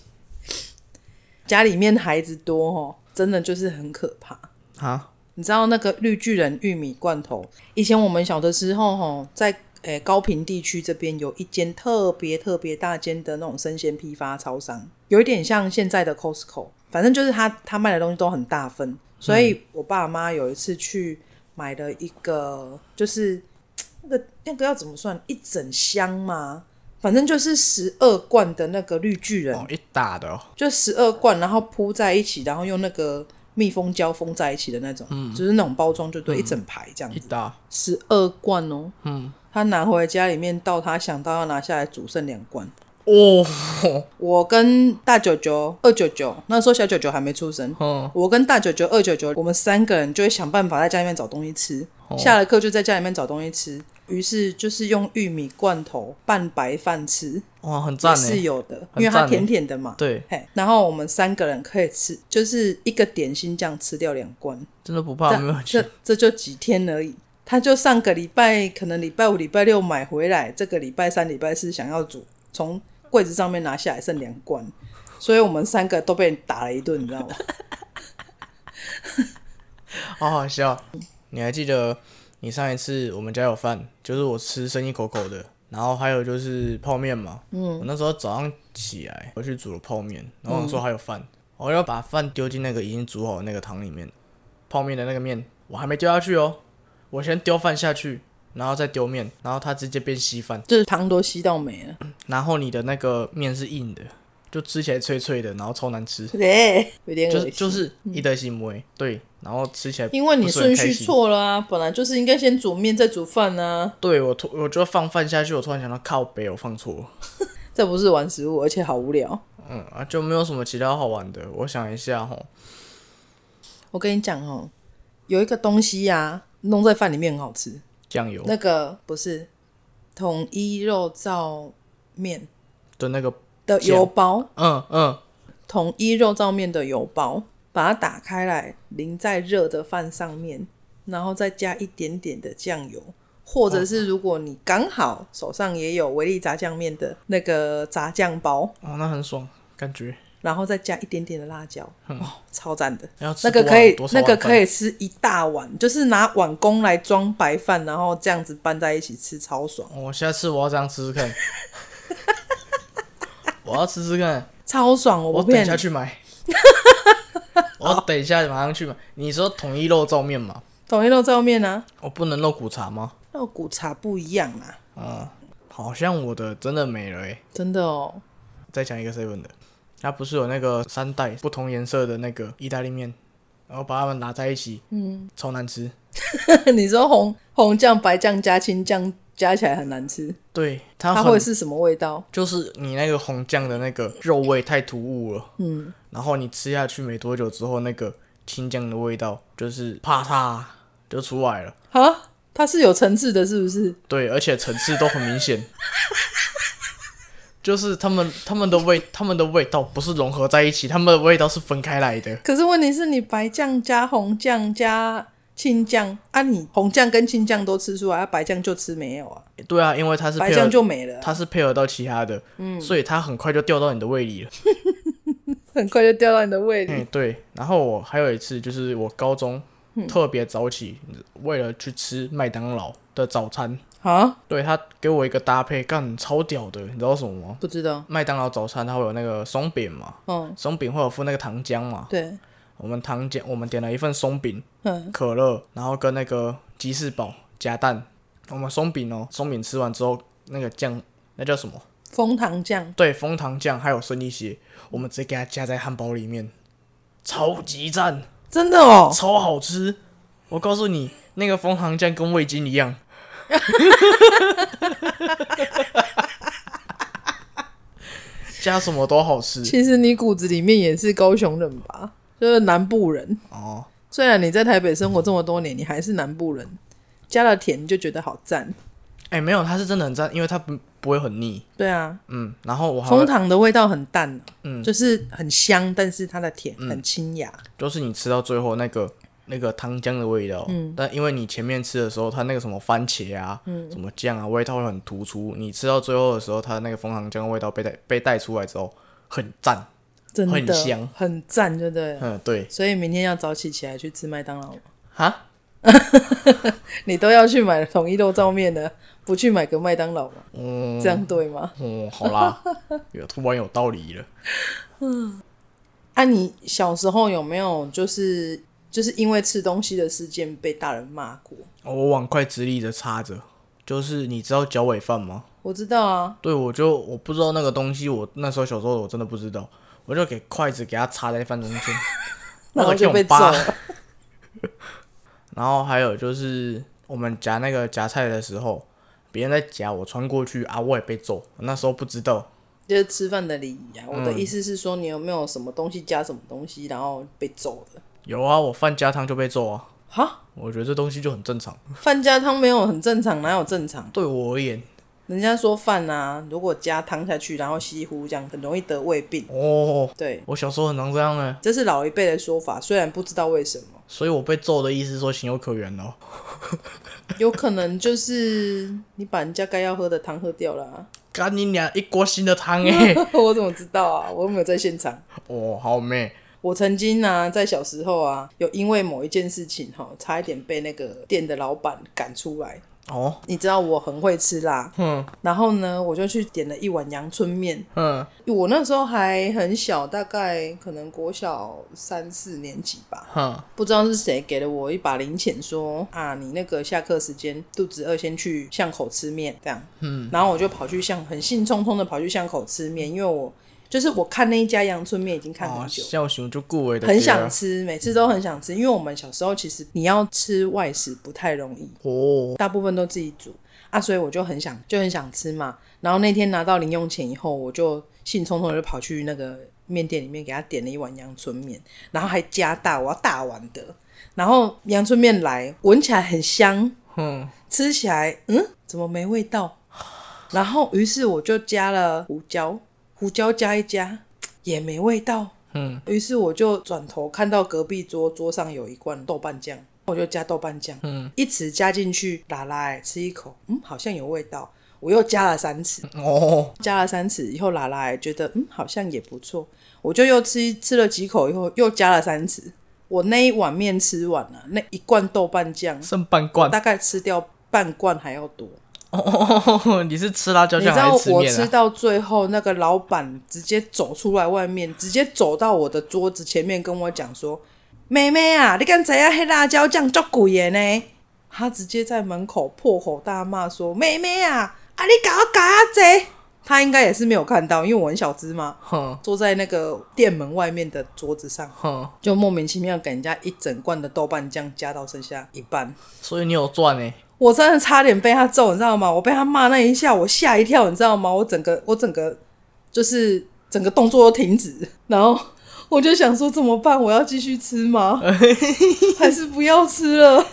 Speaker 1: 家里面孩子多哦，真的就是很可怕。
Speaker 2: 啊，
Speaker 1: 你知道那个绿巨人玉米罐头？以前我们小的时候，吼，在诶、高平地区这边有一间特别特别大间的那种生鲜批发超商，有一点像现在的 Costco，反正就是他他卖的东西都很大份。所以我爸妈有一次去买了一个，就是嘖那个那个要怎么算？一整箱吗？反正就是十二罐的那个绿巨人
Speaker 2: 哦，一打的哦，
Speaker 1: 就十二罐，然后铺在一起，然后用那个密封胶封在一起的那种，
Speaker 2: 嗯
Speaker 1: 就是那种包装，就对，一整排这样
Speaker 2: 一
Speaker 1: 子，
Speaker 2: 打，
Speaker 1: 十二罐哦。
Speaker 2: 嗯，
Speaker 1: 他拿回家里面倒，他想到要拿下来煮，剩两罐。
Speaker 2: 哦，
Speaker 1: 我跟大九九、二九九，那时候小九九还没出生，
Speaker 2: 嗯，
Speaker 1: 我跟大九九、二九九，我们三个人就会想办法在家里面找东西吃。
Speaker 2: 哦
Speaker 1: 下了课就在家里面找东西吃，于是就是用玉米罐头拌白饭吃，
Speaker 2: 哇，很赞
Speaker 1: 也
Speaker 2: 呢
Speaker 1: 是，有的，因
Speaker 2: 很
Speaker 1: 为它
Speaker 2: 赞欸
Speaker 1: 甜甜的嘛。
Speaker 2: 对，
Speaker 1: 嘿，然后我们三个人可以吃，就是一个点心这样吃掉两罐，
Speaker 2: 真的不怕没有
Speaker 1: 这
Speaker 2: 钱，
Speaker 1: 这就几天而已。他就上个礼拜可能礼拜五、礼拜六买回来，这个礼拜三、礼拜四想要煮，从柜子上面拿下来剩两罐，所以我们三个都被打了一顿，你知道吗？
Speaker 2: 好好笑。你还记得你上一次我们家有饭，就是我吃生一口口的，然后还有就是泡面嘛。嗯，我那时候早上起来，我去煮了泡面，然后我说还有饭，我要把饭丢进那个已经煮好的那个汤里面，泡面的那个面我还没丢下去哦，我先丢饭下去，然后再丢面，然后它直接变稀饭，
Speaker 1: 就是汤都吸到没了，
Speaker 2: 然后你的那个面是硬的，就吃起来脆脆的，然后超难吃，
Speaker 1: 对，有点恶
Speaker 2: 就
Speaker 1: 心。
Speaker 2: 是就是一堆行为，对，然后吃起来
Speaker 1: 因为你
Speaker 2: 不是很
Speaker 1: 顺
Speaker 2: 开
Speaker 1: 序
Speaker 2: 心
Speaker 1: 错了啊，本来就是应该先煮面再煮饭啊，
Speaker 2: 对我突我就放饭下去，我突然想到靠北，我放错了，
Speaker 1: 这不是玩食物，而且好无聊。
Speaker 2: 嗯啊，就没有什么其他好玩的。我想一下吼，
Speaker 1: 我跟你讲哦，有一个东西呀、弄在饭里面很好吃，
Speaker 2: 酱油
Speaker 1: 那个不是统一肉燥面
Speaker 2: 的那个，
Speaker 1: 的油包，
Speaker 2: 嗯嗯，
Speaker 1: 统一肉燥面的油包，把它打开来淋在热的饭上面，然后再加一点点的酱油。或者
Speaker 2: 嗯
Speaker 1: 是如果你刚好手上也有维力炸酱面的那个炸酱包，
Speaker 2: 哦，那很爽，感觉
Speaker 1: 然后再加一点点的辣椒，哦，超赞的。
Speaker 2: 要吃
Speaker 1: 那个
Speaker 2: 嗯多
Speaker 1: 可以
Speaker 2: 多，少
Speaker 1: 那个
Speaker 2: 碗饭
Speaker 1: 可以吃一大碗，就是拿碗公来装白饭，然后这样子拌在一起吃，超爽，
Speaker 2: 哦我下次我要这样试试看， 我要试试看，
Speaker 1: 超爽！我
Speaker 2: 我
Speaker 1: 不
Speaker 2: 等
Speaker 1: 骗
Speaker 2: 一
Speaker 1: 你
Speaker 2: 下，去买，我等一下马上去买。你说统一肉燥面嘛？
Speaker 1: 统一肉燥面啊，
Speaker 2: 我不能肉骨茶吗？
Speaker 1: 肉骨茶不一样啊，
Speaker 2: 嗯，好像我的真的没了欸诶、
Speaker 1: 真的哦。
Speaker 2: 再讲一个 seven 的，它不是有那个三袋不同颜色的那个意大利面，然后把它们拿在一起，嗯，超难吃。
Speaker 1: 你说红红酱、白酱加青酱加起来很难吃，
Speaker 2: 对，它
Speaker 1: 它
Speaker 2: 很
Speaker 1: 会是什么味道？
Speaker 2: 就是你那个红酱的那个肉味太突兀了，嗯，然后你吃下去没多久之后，那个青酱的味道就是啪嗒就出来了，
Speaker 1: 啊，它是有层次的，是不是？
Speaker 2: 对，而且层次都很明显。 就是他们他们的味他们的味道不是融合在一起，他们的味道是分开来的。
Speaker 1: 可是问题是你白酱加红酱加青酱啊，你红酱跟青酱都吃出来，啊、白酱就吃没有啊，
Speaker 2: 对啊，因为它是
Speaker 1: 白
Speaker 2: 配合
Speaker 1: 酱就没了啊、
Speaker 2: 它是配合到其他的，嗯，所以它很快就掉到你的胃里了。
Speaker 1: 很快就掉到你的胃里。
Speaker 2: 嗯，对。然后我还有一次，就是我高中特别早起，为了去吃麦当劳的早餐。
Speaker 1: 啊，
Speaker 2: 对他给我一个搭配，干超屌的，你知道什么吗？
Speaker 1: 不知道。
Speaker 2: 麦当劳早餐它会有那个松饼嘛，
Speaker 1: 嗯，
Speaker 2: 松饼会有附那个糖浆嘛。
Speaker 1: 对，
Speaker 2: 我们糖浆，我们点了一份松饼，
Speaker 1: 嗯，
Speaker 2: 可乐，然后跟那个鸡翅堡夹蛋。我们松饼哦，松饼吃完之后，那个酱那叫什么？
Speaker 1: 枫糖酱
Speaker 2: 对，枫糖酱还有生力蟹，我们直接给它加在汉堡里面，超级赞，
Speaker 1: 真的哦，
Speaker 2: 超好吃。我告诉你，那个枫糖酱跟味精一样，加什么都好吃
Speaker 1: 其实你骨子里面也是高雄人吧，就是南部人。
Speaker 2: 哦。
Speaker 1: 虽然你在台北生活这么多年，你还是南部人，加了甜就觉得好赞。
Speaker 2: 哎、没有，它是真的很赞，因为它不不会很腻。
Speaker 1: 对啊，
Speaker 2: 嗯，然后我还
Speaker 1: 枫
Speaker 2: 会
Speaker 1: 糖的味道很淡、啊
Speaker 2: 嗯
Speaker 1: 就是很香，但是它的甜很清雅。
Speaker 2: 就是你吃到最后那个那个汤浆的味道，嗯，但因为你前面吃的时候，它那个什么番茄啊，嗯，什么酱啊，味道会很突出。你吃到最后的时候，它那个枫糖浆的味道被带被带出来之后，很赞。
Speaker 1: 真的
Speaker 2: 很香
Speaker 1: 很赞，对不对了？
Speaker 2: 嗯，对，
Speaker 1: 所以明天要早起起来去吃麦当劳吗，
Speaker 2: 哈，
Speaker 1: 你都要去买统一肉燥面的，不去买个麦当劳吗？
Speaker 2: 嗯，
Speaker 1: 这样对吗？
Speaker 2: 哦，好 啦，有突然有道理了。
Speaker 1: 啊，你小时候有没有就是就是因为吃东西的事件被大人骂过？
Speaker 2: 哦我碗筷直立着插着，就是你知道脚尾饭吗？
Speaker 1: 我知道啊，
Speaker 2: 对，我就我不知道那个东西，我那时候小时候我真的不知道，我就给筷子给它插在饭中 间，
Speaker 1: 然后
Speaker 2: 我给
Speaker 1: 就
Speaker 2: 我
Speaker 1: 被揍
Speaker 2: 爸
Speaker 1: 了。
Speaker 2: 然后还有就是我们夹那个夹菜的时候，别人在夹，我穿过去啊，我也被揍。那时候不知道，
Speaker 1: 就是吃饭的礼仪啊。我的意思是说，你有没有什么东西加什么东西，然后被揍的？
Speaker 2: 有啊，我饭加汤就被揍啊。
Speaker 1: 哈，
Speaker 2: 我觉得这东西就很正常，
Speaker 1: 饭加汤没有很正常，哪有正常？
Speaker 2: 对我而言，
Speaker 1: 人家说饭啊，如果加汤下去，然后稀糊，这样很容易得胃病。
Speaker 2: 哦，
Speaker 1: 对，
Speaker 2: 我小时候很常这样哎，
Speaker 1: 这是老一辈的说法，虽然不知道为什么，
Speaker 2: 所以我被揍的意思是说情有可原哦。
Speaker 1: 有可能就是你把人家该要喝的汤喝掉了、啊。
Speaker 2: 干你俩一锅新的汤哎、
Speaker 1: 我怎么知道啊？我又没有在现场。
Speaker 2: 哦，好美，
Speaker 1: 我曾经啊，在小时候啊，有因为某一件事情哈、差一点被那个店的老板赶出来。
Speaker 2: 哦，
Speaker 1: 你知道我很会吃辣，
Speaker 2: 哼
Speaker 1: 然后呢，我就去点了一碗阳春面。
Speaker 2: 哼，
Speaker 1: 我那时候还很小，大概可能国小三四年级吧，
Speaker 2: 哼，
Speaker 1: 不知道是谁给了我一把零钱说，啊，你那个下课时间肚子饿，先去巷口吃面这样。嗯，然后我就跑去巷，很兴冲冲的跑去巷口吃面，因为我就是我看那一家阳春面已经看
Speaker 2: 哦，啊
Speaker 1: 很久了，
Speaker 2: 孝雄就顾伟的，
Speaker 1: 很想吃，每次都很想吃，因为我们小时候其实你要吃外食不太容易，
Speaker 2: 哦，
Speaker 1: 大部分都自己煮啊，所以我就很想就很想吃嘛。然后那天拿到零用钱以后，我就兴冲冲的就跑去那个面店里面给他点了一碗阳春面，然后还加大，我要大碗的。然后阳春面来，闻起来很香，
Speaker 2: 哼，
Speaker 1: 吃起来嗯怎么没味道？然后于是我就加了胡椒，胡椒加一加也没味道。
Speaker 2: 嗯，
Speaker 1: 于是我就转头看到隔壁桌桌上有一罐豆瓣酱，我就加豆瓣酱，嗯，一匙加进去，拉拉、欸、吃一口，嗯，好像有味道，我又加了三匙，
Speaker 2: 哦，
Speaker 1: 加了三匙以后，拉拉、欸、觉得嗯好像也不错，我就又吃吃了几口以后，又加了三匙，我那一碗面吃完了，那一罐豆瓣酱
Speaker 2: 剩半罐，
Speaker 1: 大概吃掉半罐还要多，
Speaker 2: 哦，你是吃辣椒
Speaker 1: 你
Speaker 2: 酱
Speaker 1: 知
Speaker 2: 还
Speaker 1: 道
Speaker 2: 是吃
Speaker 1: 我
Speaker 2: 面
Speaker 1: 吃
Speaker 2: 啊？
Speaker 1: 到最后，那个老板直接走出来外面，直接走到我的桌子前面跟我讲说：“妹妹啊，你敢怎样？黑辣椒酱做鬼的呢？”他直接在门口破口大骂说：“妹妹啊，啊你搞搞啊这！”他应该也是没有看到，因为我很小只嘛，
Speaker 2: 哼
Speaker 1: 坐在那个店门外面的桌子上，
Speaker 2: 哼，
Speaker 1: 就莫名其妙给人家一整罐的豆瓣酱加到剩下一半。
Speaker 2: 所以你有赚欸呢，
Speaker 1: 我真的差点被他揍，你知道吗？我被他骂那一下，我吓一跳，你知道吗？我整个我整个就是整个动作都停止，然后我就想说怎么办？我要继续吃吗？还是不要吃了？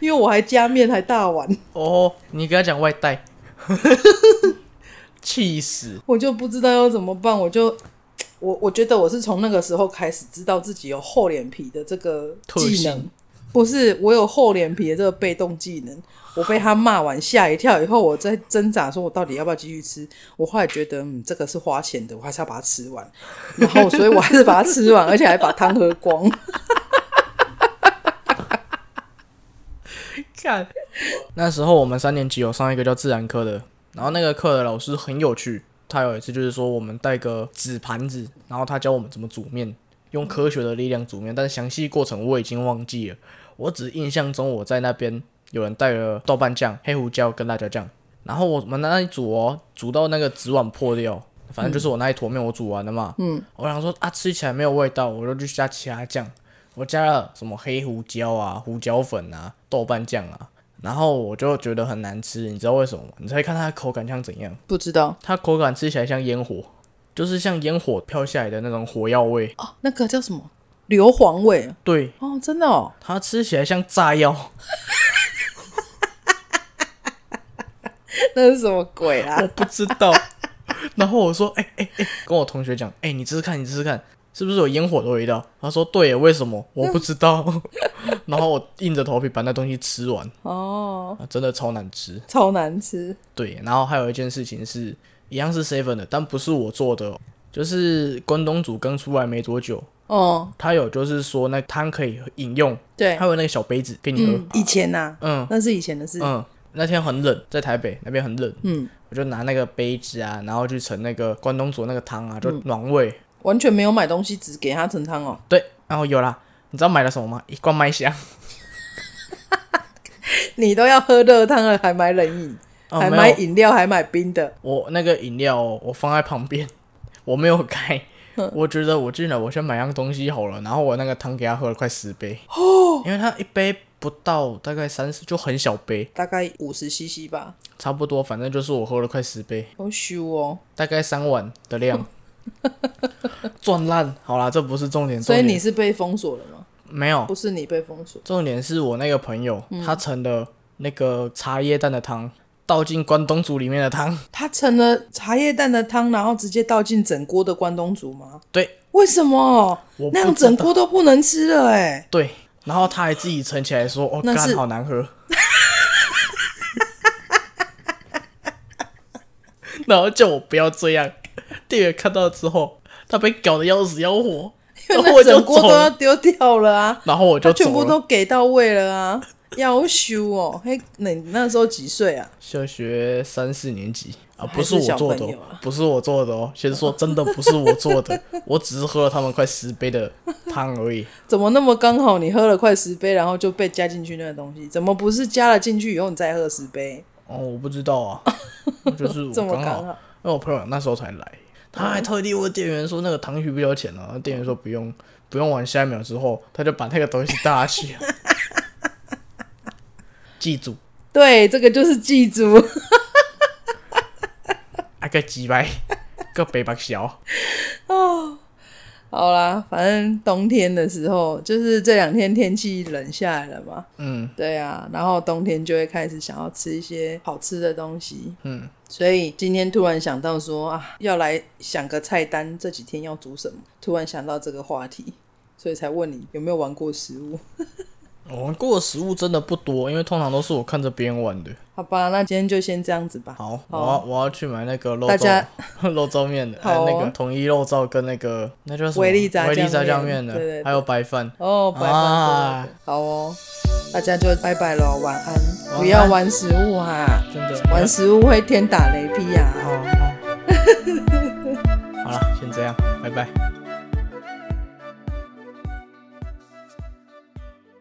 Speaker 1: 因为我还加面还大碗，
Speaker 2: 哦，你跟他讲外带， 气死，
Speaker 1: 我就不知道要怎么办。我就我我觉得我是从那个时候开始知道自己有厚脸皮的这个
Speaker 2: 特
Speaker 1: 技能
Speaker 2: 性，
Speaker 1: 不是我有厚脸皮的这个被动技能。我被他骂完吓一跳，以后我在挣扎，说我到底要不要继续吃？我后来觉得，嗯，这个是花钱的，我还是要把它吃完。然后，所以我还是把它吃完，而且还把汤喝光。
Speaker 2: 看，那时候我们三年级有上一个叫自然科的，然后那个课的老师很有趣，他有一次就是说我们带个纸盘子，然后他教我们怎么煮面，用科学的力量煮面，但是详细过程我已经忘记了，我只印象中我在那边有人带了豆瓣酱、黑胡椒跟辣椒酱，然后我们那一煮哦，煮到那个纸碗破掉。反正就是我那一坨面我煮完了嘛，嗯，我想说啊吃起来没有味道，我就去加其他酱，我加了什么黑胡椒啊、胡椒粉啊、豆瓣酱啊，然后我就觉得很难吃，你知道为什么吗？你猜看它的口感像怎样？
Speaker 1: 不知道
Speaker 2: 它口感吃起来像烟火，就是像烟火飘下来的那种火药味。
Speaker 1: 哦，那个叫什么硫磺味
Speaker 2: 对，
Speaker 1: 哦，真的哦，
Speaker 2: 它吃起来像炸药。
Speaker 1: 那是什么鬼啊
Speaker 2: 我？不知道。 然后我说，哎哎哎，跟我同学讲，哎、你试试看，你试试看，是不是有烟火的味道？他说，对耶，为什么？我不知道。 然后我硬着头皮把那东西吃完，
Speaker 1: 哦，
Speaker 2: 啊真的超难吃。
Speaker 1: 超难吃，
Speaker 2: 对，然后还有一件事情是，一样是 seven 的，但不是我做的哦、就是关东煮刚出来没多久，
Speaker 1: 哦，
Speaker 2: 他有就是说那汤可以饮用，
Speaker 1: 对
Speaker 2: 他，有那个小杯子给你喝，
Speaker 1: 嗯，以前呐、
Speaker 2: 嗯
Speaker 1: 那是以前的事，
Speaker 2: 嗯，那天很冷，在台北那边很冷，
Speaker 1: 嗯，
Speaker 2: 我就拿那个杯子啊，然后去盛那个关东煮那个汤啊，
Speaker 1: 嗯
Speaker 2: 就暖胃。
Speaker 1: 完全没有买东西，只给他盛汤哦。
Speaker 2: 对，然后有啦，你知道买了什么吗？一罐麦香，
Speaker 1: 你都要喝热汤了，还买冷饮，
Speaker 2: 哦、
Speaker 1: 还
Speaker 2: 没
Speaker 1: 买
Speaker 2: 有，
Speaker 1: 饮料，还买冰的，
Speaker 2: 我那个饮料哦我放在旁边， 我没有开。
Speaker 1: 嗯
Speaker 2: 我觉得我进来，我先买样东西好了，然后我那个汤给他喝了快十杯哦，因为他一杯不到大概三十，就很小杯，
Speaker 1: 大概五十 CC 吧，
Speaker 2: 差不多，反正就是我喝了快十杯，
Speaker 1: 好羞哦。
Speaker 2: 大概三碗 的量，赚烂。好啦，这不是重点，
Speaker 1: 所以
Speaker 2: 重
Speaker 1: 你
Speaker 2: 点
Speaker 1: 是被封锁了吗？
Speaker 2: 没有
Speaker 1: 不是你被封锁，
Speaker 2: 重点是我那个朋友，
Speaker 1: 嗯
Speaker 2: 他盛了那个茶叶蛋的汤，倒进关东煮里面的汤，
Speaker 1: 他盛了茶叶蛋的汤，然后直接倒进整锅的关东煮吗？
Speaker 2: 对
Speaker 1: 为什么
Speaker 2: 我不
Speaker 1: 那样整锅都不能吃了、 欸？
Speaker 2: 对，然后他还自己盛起来说：“哦，
Speaker 1: 那是
Speaker 2: 干好难喝。” 然后叫我不要这样。店员看到之后，他被搞得要死要活，
Speaker 1: 因
Speaker 2: 然
Speaker 1: 为
Speaker 2: 后我
Speaker 1: 那
Speaker 2: 就
Speaker 1: 整锅
Speaker 2: 走
Speaker 1: 都要
Speaker 2: 了，
Speaker 1: 丢掉了啊，
Speaker 2: 然后我
Speaker 1: 他
Speaker 2: 就走
Speaker 1: 全部
Speaker 2: 了。
Speaker 1: 都给到位了啊。要修哦，嘿，那你那时候几岁啊？
Speaker 2: 小学三四年级
Speaker 1: 还
Speaker 2: 啊，不
Speaker 1: 是
Speaker 2: 我
Speaker 1: 小
Speaker 2: 做
Speaker 1: 朋
Speaker 2: 的哦
Speaker 1: 友，啊
Speaker 2: 不是我做的哦。先说真的，不是我做 的，我只是喝了他们快十杯的汤而已。
Speaker 1: 怎么那么刚好？你喝了快十杯，然后就被加进去那个东西，怎么不是加了进去以后你再喝十杯？
Speaker 2: 哦，我不知道啊，就是我
Speaker 1: 这么
Speaker 2: 刚好
Speaker 1: 刚，好？
Speaker 2: 因为我朋友那时候才来，他还特地问店员说那个糖需不需要钱啊？店员说不用，不用完下一秒之后，他就把那个东西搭起来。 记住，
Speaker 1: 对，这个就是祭祖。
Speaker 2: 啊个鸡掰，个北北小，
Speaker 1: 好啦，反正冬天的时候，就是这两天天气冷下来了嘛，
Speaker 2: 嗯
Speaker 1: 对啊，然后冬天就会开始想要吃一些好吃的东西，
Speaker 2: 嗯，
Speaker 1: 所以今天突然想到说啊，要来想个菜单，这几天要煮什么？突然想到这个话题，所以才问你有没有玩过食物。
Speaker 2: 我玩过的食物真的不多，因为通常都是我看着别人玩的。
Speaker 1: 好吧，那今天就先这样子吧。
Speaker 2: 好，我要我要去买那个肉
Speaker 1: 大
Speaker 2: 燥
Speaker 1: 家
Speaker 2: 肉燥面的，哎
Speaker 1: 好哦
Speaker 2: 那个统一肉燥跟那个那叫什么
Speaker 1: 维力炸
Speaker 2: 维力
Speaker 1: 酱
Speaker 2: 炸酱
Speaker 1: 面
Speaker 2: 面的，
Speaker 1: 对对对
Speaker 2: 还有白饭。
Speaker 1: 哦，拜拜、
Speaker 2: 啊
Speaker 1: 好哦，大家就拜拜喽，晚安，
Speaker 2: 晚
Speaker 1: 不要
Speaker 2: 安
Speaker 1: 玩食物哈、
Speaker 2: 真的
Speaker 1: 玩食物会天打雷劈呀、啊
Speaker 2: 好好，好了，先这样，拜拜。